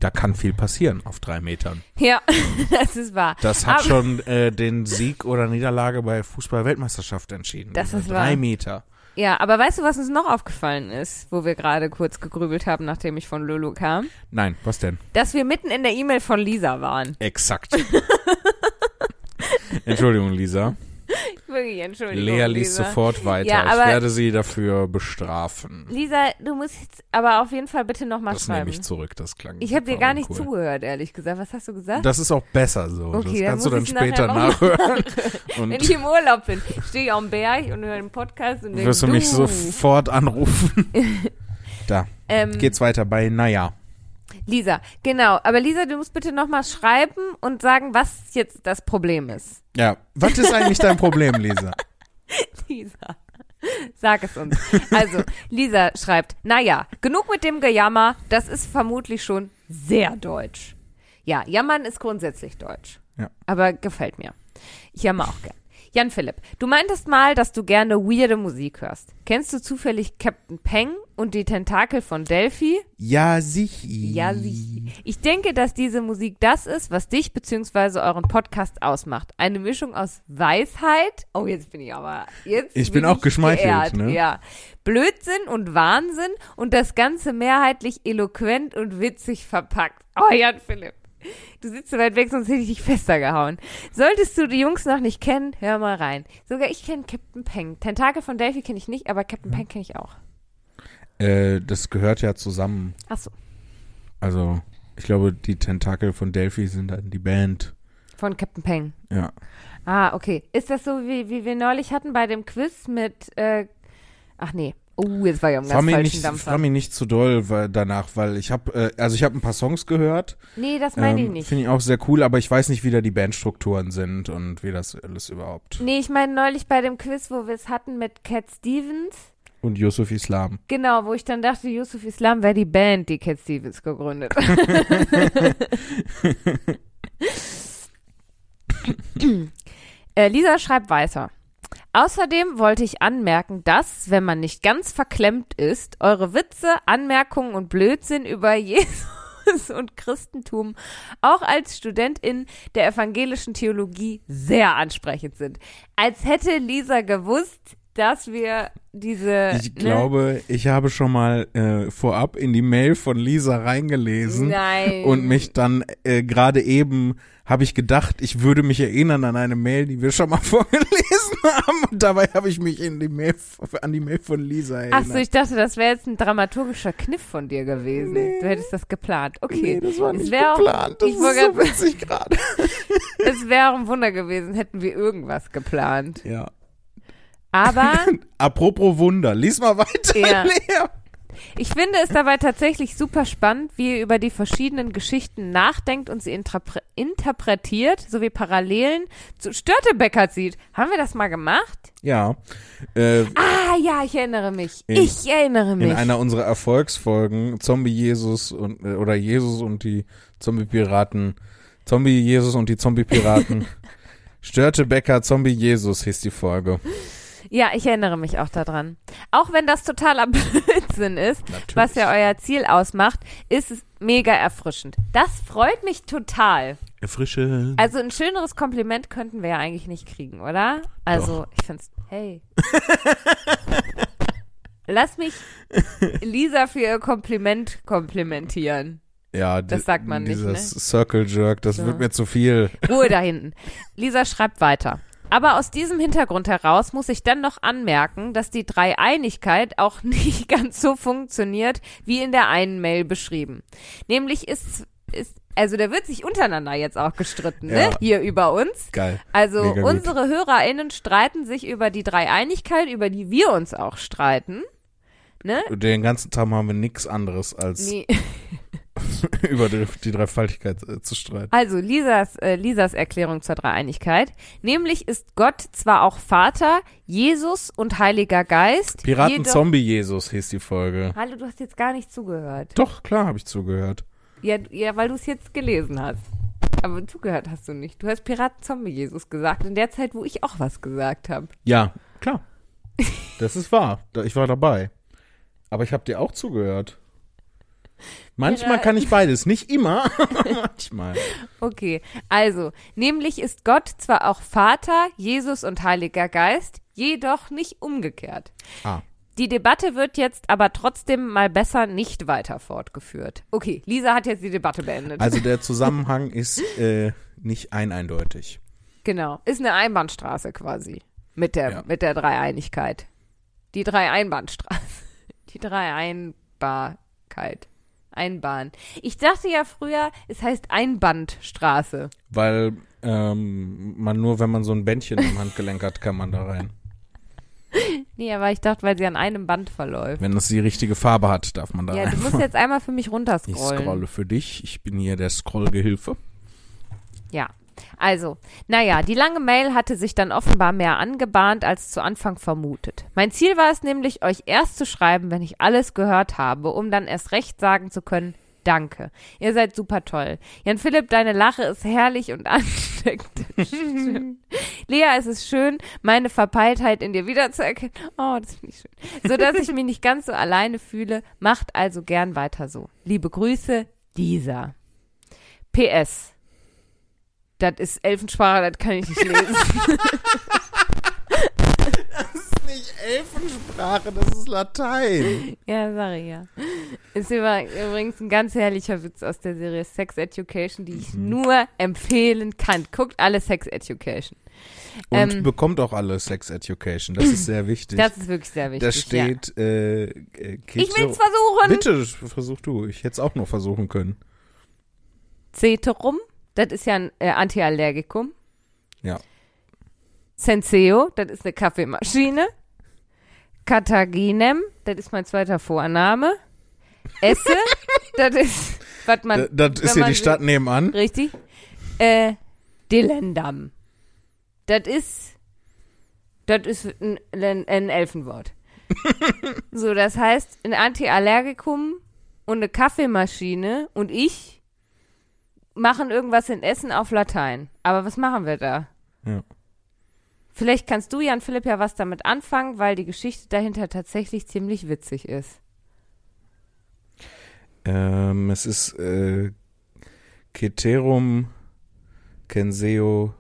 Speaker 1: da kann viel passieren auf drei Metern.
Speaker 2: Ja, das ist wahr.
Speaker 1: Das hat
Speaker 2: Aber-
Speaker 1: schon äh, den Sieg oder Niederlage bei Fußball-Weltmeisterschaft entschieden.
Speaker 2: Das ist
Speaker 1: drei
Speaker 2: wahr.
Speaker 1: Meter.
Speaker 2: Ja, aber weißt du, was uns noch aufgefallen ist, wo wir gerade kurz gegrübelt haben, nachdem ich von Lulu kam?
Speaker 1: Nein, was denn?
Speaker 2: Dass wir mitten in der E-Mail von Lisa waren.
Speaker 1: Exakt. Entschuldigung, Lisa.
Speaker 2: Wirklich, Entschuldigung.
Speaker 1: Lea liest
Speaker 2: Lisa.
Speaker 1: sofort weiter.
Speaker 2: Ja,
Speaker 1: ich
Speaker 2: aber-
Speaker 1: werde sie dafür bestrafen.
Speaker 2: Lisa, du musst jetzt aber auf jeden Fall bitte nochmal
Speaker 1: Das
Speaker 2: schreiben.
Speaker 1: nehme ich zurück, das klang.
Speaker 2: Ich habe dir
Speaker 1: war
Speaker 2: gar nicht
Speaker 1: uncool.
Speaker 2: zugehört, ehrlich gesagt. Was hast du gesagt?
Speaker 1: Das ist auch besser so.
Speaker 2: Okay,
Speaker 1: das
Speaker 2: dann
Speaker 1: kannst du dann
Speaker 2: muss ich's nachher
Speaker 1: später
Speaker 2: noch
Speaker 1: nachhören.
Speaker 2: Wenn ich
Speaker 1: Und
Speaker 2: im Urlaub bin, stehe ich am Berg und höre einen Podcast und denke,
Speaker 1: wirst du mich sofort anrufen. Da,
Speaker 2: ähm,
Speaker 1: geht's weiter bei Naja.
Speaker 2: Lisa, genau. Aber Lisa, du musst bitte nochmal schreiben und sagen, was jetzt das Problem ist.
Speaker 1: Ja, was ist eigentlich dein Problem, Lisa?
Speaker 2: Lisa. Sag es uns. Also, Lisa schreibt, naja, genug mit dem Gejammer, das ist vermutlich schon sehr deutsch. Ja, jammern ist grundsätzlich deutsch.
Speaker 1: Ja.
Speaker 2: Aber gefällt mir. Ich jammer auch gern. Jan Philipp, du meintest mal, dass du gerne weirde Musik hörst. Kennst du zufällig Captain Peng und die Tentakel von Delphi?
Speaker 1: Ja, sicher.
Speaker 2: Ja, sie. Ich denke, dass diese Musik das ist, was dich bzw. euren Podcast ausmacht. Eine Mischung aus Weisheit. Oh, jetzt bin ich aber. Jetzt
Speaker 1: Ich bin auch geschmeichelt,
Speaker 2: geehrt,
Speaker 1: ne?
Speaker 2: Ja. Blödsinn und Wahnsinn und das Ganze mehrheitlich eloquent und witzig verpackt. Oh, Jan Philipp. Du sitzt so weit weg, sonst hätte ich dich fester gehauen. Solltest du die Jungs noch nicht kennen, hör mal rein. Sogar ich kenne Captain Peng. Tentakel von Delphi kenne ich nicht, aber Captain
Speaker 1: Hm.
Speaker 2: Peng kenne ich auch.
Speaker 1: Äh, das gehört ja zusammen.
Speaker 2: Achso.
Speaker 1: Also, ich glaube, die Tentakel von Delphi sind dann die Band.
Speaker 2: Von Captain Peng.
Speaker 1: Ja.
Speaker 2: Ah, okay. Ist das so, wie, wie wir neulich hatten bei dem Quiz mit, äh, ach nee. Oh, jetzt war ich am
Speaker 1: Fahr
Speaker 2: ganz
Speaker 1: mich,
Speaker 2: falschen
Speaker 1: nicht, fahr
Speaker 2: Dampfer.
Speaker 1: mich nicht zu doll weil, danach, weil ich habe, äh, also ich habe ein paar Songs gehört.
Speaker 2: Nee, das meine
Speaker 1: Ähm,
Speaker 2: ich nicht.
Speaker 1: Finde ich auch sehr cool, aber ich weiß nicht, wie da die Bandstrukturen sind und wie das alles überhaupt.
Speaker 2: Nee, ich meine neulich bei dem Quiz, wo wir es hatten mit Cat Stevens.
Speaker 1: Und Yusuf Islam.
Speaker 2: Genau, wo ich dann dachte, Yusuf Islam wäre die Band, die Cat Stevens gegründet. Äh, Lisa schreibt weiter. Außerdem wollte ich anmerken, dass, wenn man nicht ganz verklemmt ist, eure Witze, Anmerkungen und Blödsinn über Jesus und Christentum auch als Studentin der evangelischen Theologie sehr ansprechend sind. Als hätte Lisa gewusst, dass wir diese.
Speaker 1: Ich glaube, ich habe schon mal äh, vorab in die Mail von Lisa reingelesen
Speaker 2: Nein.
Speaker 1: und mich dann äh, gerade eben habe ich gedacht, ich würde mich erinnern an eine Mail, die wir schon mal vorgelesen haben und dabei habe ich mich in die Mail, an die Mail von Lisa erinnert.
Speaker 2: Ach so, ich dachte, das wäre jetzt ein dramaturgischer Kniff von dir gewesen. Du hättest das geplant. Okay.
Speaker 1: Nee, das war
Speaker 2: es
Speaker 1: nicht
Speaker 2: wäre auch-
Speaker 1: geplant. Das
Speaker 2: ich
Speaker 1: ist
Speaker 2: wollte
Speaker 1: so
Speaker 2: grad-
Speaker 1: witzig gerade.
Speaker 2: Es wäre auch ein Wunder gewesen, hätten wir irgendwas geplant.
Speaker 1: Ja.
Speaker 2: Aber
Speaker 1: Apropos Wunder, lies mal weiter.
Speaker 2: Ja.
Speaker 1: Lea.
Speaker 2: ich finde es dabei tatsächlich super spannend, wie ihr über die verschiedenen Geschichten nachdenkt und sie intrapre- interpretiert, sowie Parallelen zu Störtebecker zieht. Haben wir das mal gemacht?
Speaker 1: Ja. Äh,
Speaker 2: Ah ja, ich erinnere mich.
Speaker 1: In-
Speaker 2: ich erinnere mich.
Speaker 1: in einer unserer Erfolgsfolgen Zombie Jesus und äh, oder Jesus und die Zombie Piraten, Zombie Jesus und die Zombie Piraten. Störte Becker Zombie Jesus hieß die Folge.
Speaker 2: ja, ich erinnere mich auch daran. Auch wenn das totaler Blödsinn ist,
Speaker 1: Natürlich.
Speaker 2: was ja euer Ziel ausmacht, ist es mega erfrischend. Das freut mich total.
Speaker 1: Erfrische.
Speaker 2: Also ein schöneres Kompliment könnten wir ja eigentlich nicht kriegen, oder? Also, ich find's. Hey. Lass mich Lisa für ihr Kompliment komplimentieren.
Speaker 1: Ja, di-
Speaker 2: das sagt man nicht, ne?
Speaker 1: dieses Circle Jerk, das wird mir zu viel.
Speaker 2: Ruhe da hinten. Lisa schreibt weiter. Aber aus diesem Hintergrund heraus muss ich dann noch anmerken, dass die Dreieinigkeit auch nicht ganz so funktioniert, wie in der einen Mail beschrieben. Nämlich ist, ist also da wird sich untereinander jetzt auch gestritten, ne?
Speaker 1: Ja.
Speaker 2: Hier über uns.
Speaker 1: Geil.
Speaker 2: Also
Speaker 1: Mega gut.
Speaker 2: unsere HörerInnen streiten sich über die Dreieinigkeit, über die wir uns auch streiten.
Speaker 1: Den ganzen Tag haben wir nichts anderes als
Speaker 2: Nee.
Speaker 1: über die, die Dreifaltigkeit äh, zu streiten.
Speaker 2: Also Lisas, äh, Lisas Erklärung zur Dreieinigkeit. Nämlich ist Gott zwar auch Vater, Jesus und Heiliger Geist.
Speaker 1: Piraten
Speaker 2: jedoch-
Speaker 1: Zombie Jesus hieß die Folge.
Speaker 2: Hallo, du hast jetzt gar nicht zugehört.
Speaker 1: Doch, klar habe ich zugehört.
Speaker 2: Ja, ja weil du es jetzt gelesen hast. Aber zugehört hast du nicht. Du hast Piraten Zombie Jesus gesagt. In der Zeit, wo ich auch was gesagt habe.
Speaker 1: Ja, klar. Das ist wahr. Da- Ich war dabei. Aber ich habe dir auch zugehört. Manchmal
Speaker 2: Ja.
Speaker 1: kann ich beides, nicht immer, aber manchmal.
Speaker 2: Okay, also, nämlich ist Gott zwar auch Vater, Jesus und Heiliger Geist, jedoch nicht umgekehrt.
Speaker 1: Ah,
Speaker 2: Die Debatte wird jetzt aber trotzdem mal besser nicht weiter fortgeführt. Okay, Lisa hat jetzt die Debatte beendet.
Speaker 1: also der Zusammenhang ist äh, nicht ein eindeutig.
Speaker 2: genau, ist eine Einbahnstraße quasi mit der
Speaker 1: Ja.
Speaker 2: mit der Dreieinigkeit. Die drei Einbahnstraße. Die drei Einbarkeit. Einbahn. Ich dachte ja früher, es heißt Einbandstraße.
Speaker 1: Weil ähm, man nur, wenn man so ein Bändchen im Handgelenk hat, kann man da rein.
Speaker 2: Nee, aber ich dachte, weil sie an einem Band verläuft.
Speaker 1: Wenn es die richtige Farbe hat, darf man da
Speaker 2: Ja,
Speaker 1: rein.
Speaker 2: du musst jetzt einmal für mich
Speaker 1: Ich
Speaker 2: runterscrollen.
Speaker 1: scrolle für dich. Ich bin hier der Scrollgehilfe.
Speaker 2: Ja. Also, naja, die lange Mail hatte sich dann offenbar mehr angebahnt als zu Anfang vermutet. Mein Ziel war es nämlich, euch erst zu schreiben, wenn ich alles gehört habe, um dann erst recht sagen zu können, danke. Ihr seid super toll. Jan Philipp, deine Lache ist herrlich und ansteckend. Stimmt. Lea, es ist schön, meine Verpeiltheit in dir wiederzuerkennen. Oh, das finde ich schön. So dass ich mich nicht ganz so alleine fühle. Macht also gern weiter so. Liebe Grüße, Lisa. PS. Das ist Elfensprache, das kann ich nicht lesen.
Speaker 1: Nicht Elfensprache, das ist Latein.
Speaker 2: ja, sorry, ja. Ist über- übrigens ein ganz herrlicher Witz aus der Serie Sex Education, die ich
Speaker 1: Mhm.
Speaker 2: nur empfehlen kann. Guckt alle Sex Education.
Speaker 1: Und
Speaker 2: Ähm.
Speaker 1: bekommt auch alle Sex Education. Das ist sehr wichtig.
Speaker 2: Das ist wirklich sehr wichtig.
Speaker 1: Da steht, äh, äh,
Speaker 2: Ja.
Speaker 1: Kids-
Speaker 2: Ich will's versuchen.
Speaker 1: Bitte versuch du. Ich hätte es auch noch versuchen können.
Speaker 2: Ceterum, das ist ja ein äh, Antiallergikum.
Speaker 1: Ja.
Speaker 2: Senseo, das ist eine Kaffeemaschine. Kataginem, das ist mein zweiter Vorname. Esse, das ist, was man.
Speaker 1: Da- Das
Speaker 2: wenn
Speaker 1: ist hier
Speaker 2: man
Speaker 1: die Stadt nebenan.
Speaker 2: Richtig. Äh, Delendam. Das ist, das ist ein, ein, ein Elfenwort. so, das heißt, ein Antiallergikum und eine Kaffeemaschine und ich machen irgendwas in Essen auf Latein. Aber was machen wir da?
Speaker 1: Ja.
Speaker 2: Vielleicht kannst du, Jan Philipp, ja was damit anfangen, weil die Geschichte dahinter tatsächlich ziemlich witzig ist.
Speaker 1: Ähm, es ist äh, Ceterum Censeo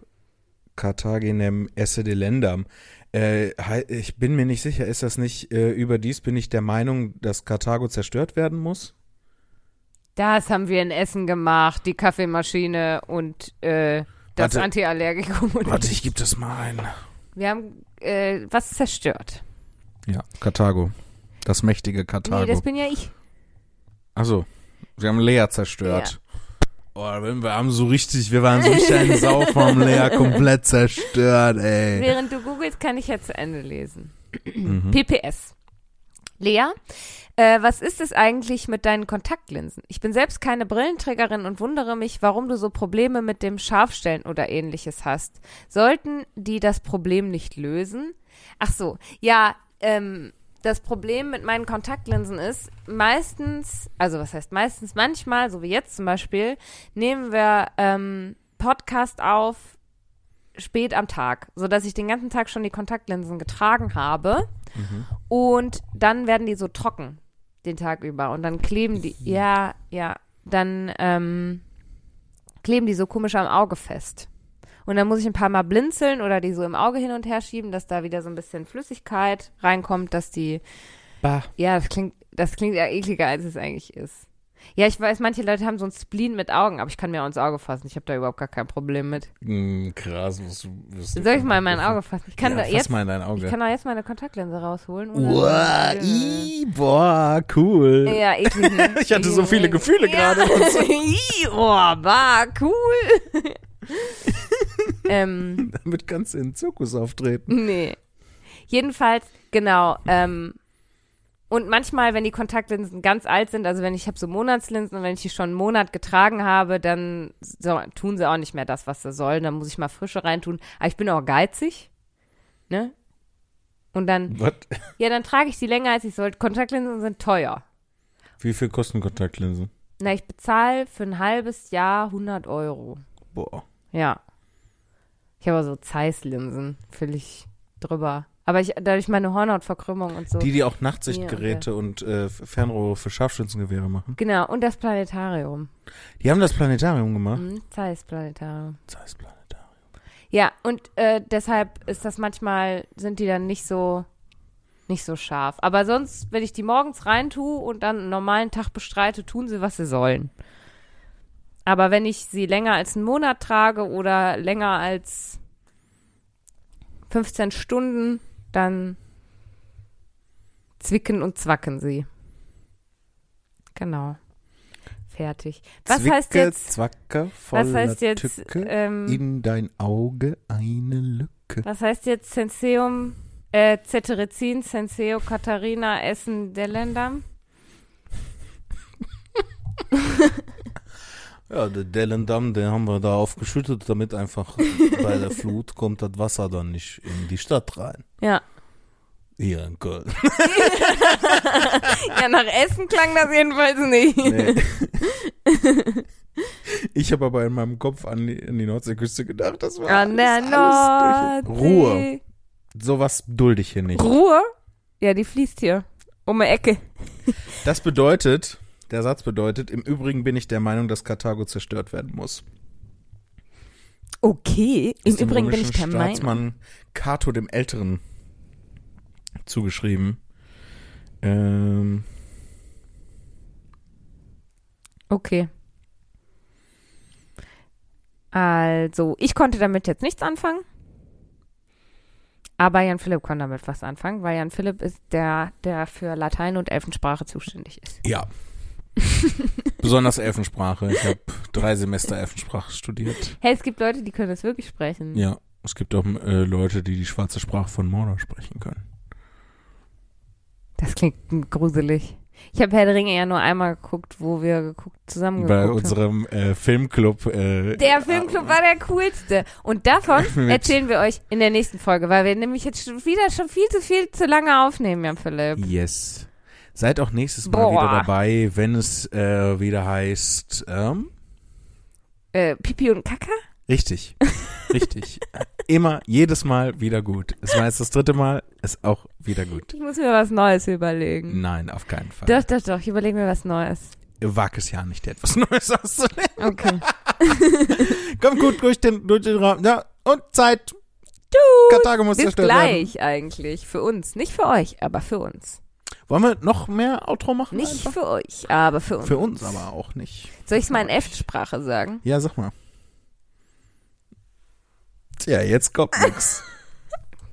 Speaker 1: Carthaginem esse delendam. Äh, hei- ich bin mir nicht sicher, ist das nicht, äh, überdies bin ich der Meinung, dass Karthago zerstört werden muss?
Speaker 2: Das haben wir in Essen gemacht, die Kaffeemaschine und äh, das
Speaker 1: Warte.
Speaker 2: Antiallergikum. und-
Speaker 1: Warte, ich gebe das mal ein.
Speaker 2: Wir haben äh, was zerstört.
Speaker 1: Ja, Karthago. Das mächtige Karthago.
Speaker 2: Nee, das bin ja ich.
Speaker 1: Achso, wir haben Lea zerstört. Oh, wenn wir haben so richtig, wir waren so richtig ein Sau vom Lea komplett zerstört, ey.
Speaker 2: Während du googelst, kann ich ja zu Ende lesen. PPS. Lea, äh, was ist es eigentlich mit deinen Kontaktlinsen? Ich bin selbst keine Brillenträgerin und wundere mich, warum du so Probleme mit dem Scharfstellen oder ähnliches hast. Sollten die das Problem nicht lösen? Ach so, ja, ähm, das Problem mit meinen Kontaktlinsen ist, meistens, also was heißt meistens, manchmal, so wie jetzt zum Beispiel, nehmen wir ähm, Podcast auf, spät am Tag, sodass ich den ganzen Tag schon die Kontaktlinsen getragen habe. Und dann werden die so trocken den Tag über. Und dann kleben die,
Speaker 1: Mhm.
Speaker 2: ja, ja, dann ähm, kleben die so komisch am Auge fest. Und dann muss ich ein paar Mal blinzeln oder die so im Auge hin und her schieben, dass da wieder so ein bisschen Flüssigkeit reinkommt, dass die,
Speaker 1: Bah.
Speaker 2: ja, das klingt, das klingt ja ekliger, als es eigentlich ist. Ja, ich weiß, manche Leute haben so ein Spleen mit Augen, aber ich kann mir auch ins Auge fassen. Ich habe da überhaupt gar kein Problem mit.
Speaker 1: Hm, krass, was du was du-
Speaker 2: Soll ich mal in mein Auge fassen? Ich kann
Speaker 1: ja,
Speaker 2: da
Speaker 1: fass
Speaker 2: jetzt,
Speaker 1: mal in dein Auge.
Speaker 2: ich kann da jetzt meine Kontaktlinse rausholen. ohne-
Speaker 1: Uah, i, boah, cool.
Speaker 2: ja, eklig. ne?
Speaker 1: Ich hatte so viele Gefühle
Speaker 2: ja.
Speaker 1: gerade.
Speaker 2: Ih, oh, war cool. ähm,
Speaker 1: Damit kannst du in den Zirkus auftreten.
Speaker 2: nee. Jedenfalls, genau. Ähm, und manchmal, wenn die Kontaktlinsen ganz alt sind, also wenn ich habe so Monatslinsen und wenn ich die schon einen Monat getragen habe, dann so, tun sie auch nicht mehr das, was sie sollen. Dann muss ich mal frische reintun. Aber ich bin auch geizig. Ne? Und dann
Speaker 1: Was?
Speaker 2: Ja, dann trage ich die länger, als ich sollte. Kontaktlinsen sind teuer.
Speaker 1: Wie viel kosten Kontaktlinsen?
Speaker 2: Na, ich bezahle für ein halbes Jahr 100 Euro.
Speaker 1: Boah.
Speaker 2: Ja. Ich habe aber so Zeiss-Linsen, völlig drüber. Aber ich, dadurch meine Hornhautverkrümmung und so.
Speaker 1: Die, die auch Nachtsichtgeräte und äh, Fernrohre für Scharfschützengewehre machen.
Speaker 2: genau, und das Planetarium.
Speaker 1: Die haben das Planetarium gemacht.
Speaker 2: Hm, Zeiss-Planetarium.
Speaker 1: Das heißt Planetarium.
Speaker 2: Ja, und äh, deshalb ist das manchmal, sind die dann nicht so, nicht so scharf. Aber sonst, wenn ich die morgens reintue und dann einen normalen Tag bestreite, tun sie, was sie sollen. Aber wenn ich sie länger als einen Monat trage oder länger als 15 Stunden, dann zwicken und zwacken sie. Genau. Fertig. Was
Speaker 1: Zwicke,
Speaker 2: heißt jetzt,
Speaker 1: Zwacke, voller
Speaker 2: was heißt jetzt,
Speaker 1: Tücke,
Speaker 2: ähm,
Speaker 1: in dein Auge eine Lücke.
Speaker 2: Was heißt jetzt Senseum, äh, Ceterezin, Senseo, Katharina, Essen, Dellendam?
Speaker 1: Ja, der Dellendamm, den haben wir da aufgeschüttet, damit einfach bei der Flut kommt das Wasser dann nicht in die Stadt rein.
Speaker 2: Ja.
Speaker 1: Hier in Köln.
Speaker 2: Ja, nach Essen klang das jedenfalls nicht.
Speaker 1: Ich habe aber in meinem Kopf an die, an die Nordseeküste gedacht, das war
Speaker 2: An der
Speaker 1: alles, alles
Speaker 2: Nordsee.
Speaker 1: durch. Ruhe. Sowas dulde ich hier nicht.
Speaker 2: Ruhe? Ja, die fließt hier. Um die Ecke.
Speaker 1: Das bedeutet, der Satz bedeutet, im Übrigen bin ich der Meinung, dass Karthago zerstört werden muss.
Speaker 2: Okay. Im
Speaker 1: Ist dem
Speaker 2: Übrigen bin ich
Speaker 1: römischen
Speaker 2: der Meinung.
Speaker 1: Staatsmann Cato dem Älteren zugeschrieben. Ähm,
Speaker 2: Okay. Also, ich konnte damit jetzt nichts anfangen. Aber Jan Philipp konnte damit was anfangen, weil Jan Philipp ist der, der für Latein und Elfensprache zuständig ist.
Speaker 1: ja. Besonders Elfensprache. Ich habe drei Semester Elfensprache studiert.
Speaker 2: Hey, es gibt Leute, die können es wirklich sprechen.
Speaker 1: Ja, es gibt auch äh, Leute, die die schwarze Sprache von Mordor sprechen können.
Speaker 2: Das klingt gruselig. Ich habe Herr der Ringe ja nur einmal geguckt, wo wir geguckt, zusammen geguckt
Speaker 1: Bei
Speaker 2: haben.
Speaker 1: unserem äh, Filmclub. Äh,
Speaker 2: der Filmclub war der coolste. Und davon
Speaker 1: Mit-
Speaker 2: erzählen wir euch in der nächsten Folge, weil wir nämlich jetzt schon wieder schon viel zu viel zu lange aufnehmen, Jan Philipp.
Speaker 1: Yes. Seid auch nächstes Mal
Speaker 2: Boah.
Speaker 1: wieder dabei, wenn es äh, wieder heißt. Ähm,
Speaker 2: Äh, Pipi und Kaka?
Speaker 1: Richtig. Richtig. Immer, jedes Mal wieder gut. Es war jetzt das dritte Mal, ist auch wieder gut.
Speaker 2: Ich muss mir was Neues überlegen.
Speaker 1: Nein, auf keinen Fall.
Speaker 2: Doch, doch, doch, ich überlege mir was Neues.
Speaker 1: Wag es ja nicht, dir etwas Neues auszudenken.
Speaker 2: Okay.
Speaker 1: Komm gut durch den, durch den Raum. Ja, und Zeit. Karthago muss
Speaker 2: Bis
Speaker 1: zerstört werden.
Speaker 2: gleich eigentlich. Für uns. Nicht für euch, aber für uns.
Speaker 1: Wollen wir noch mehr Outro machen?
Speaker 2: Nicht
Speaker 1: einfach?
Speaker 2: für euch, aber für uns.
Speaker 1: Für uns aber auch nicht.
Speaker 2: Soll ich es mal in F-Sprache sagen?
Speaker 1: Ja, sag mal. Tja, jetzt kommt nix.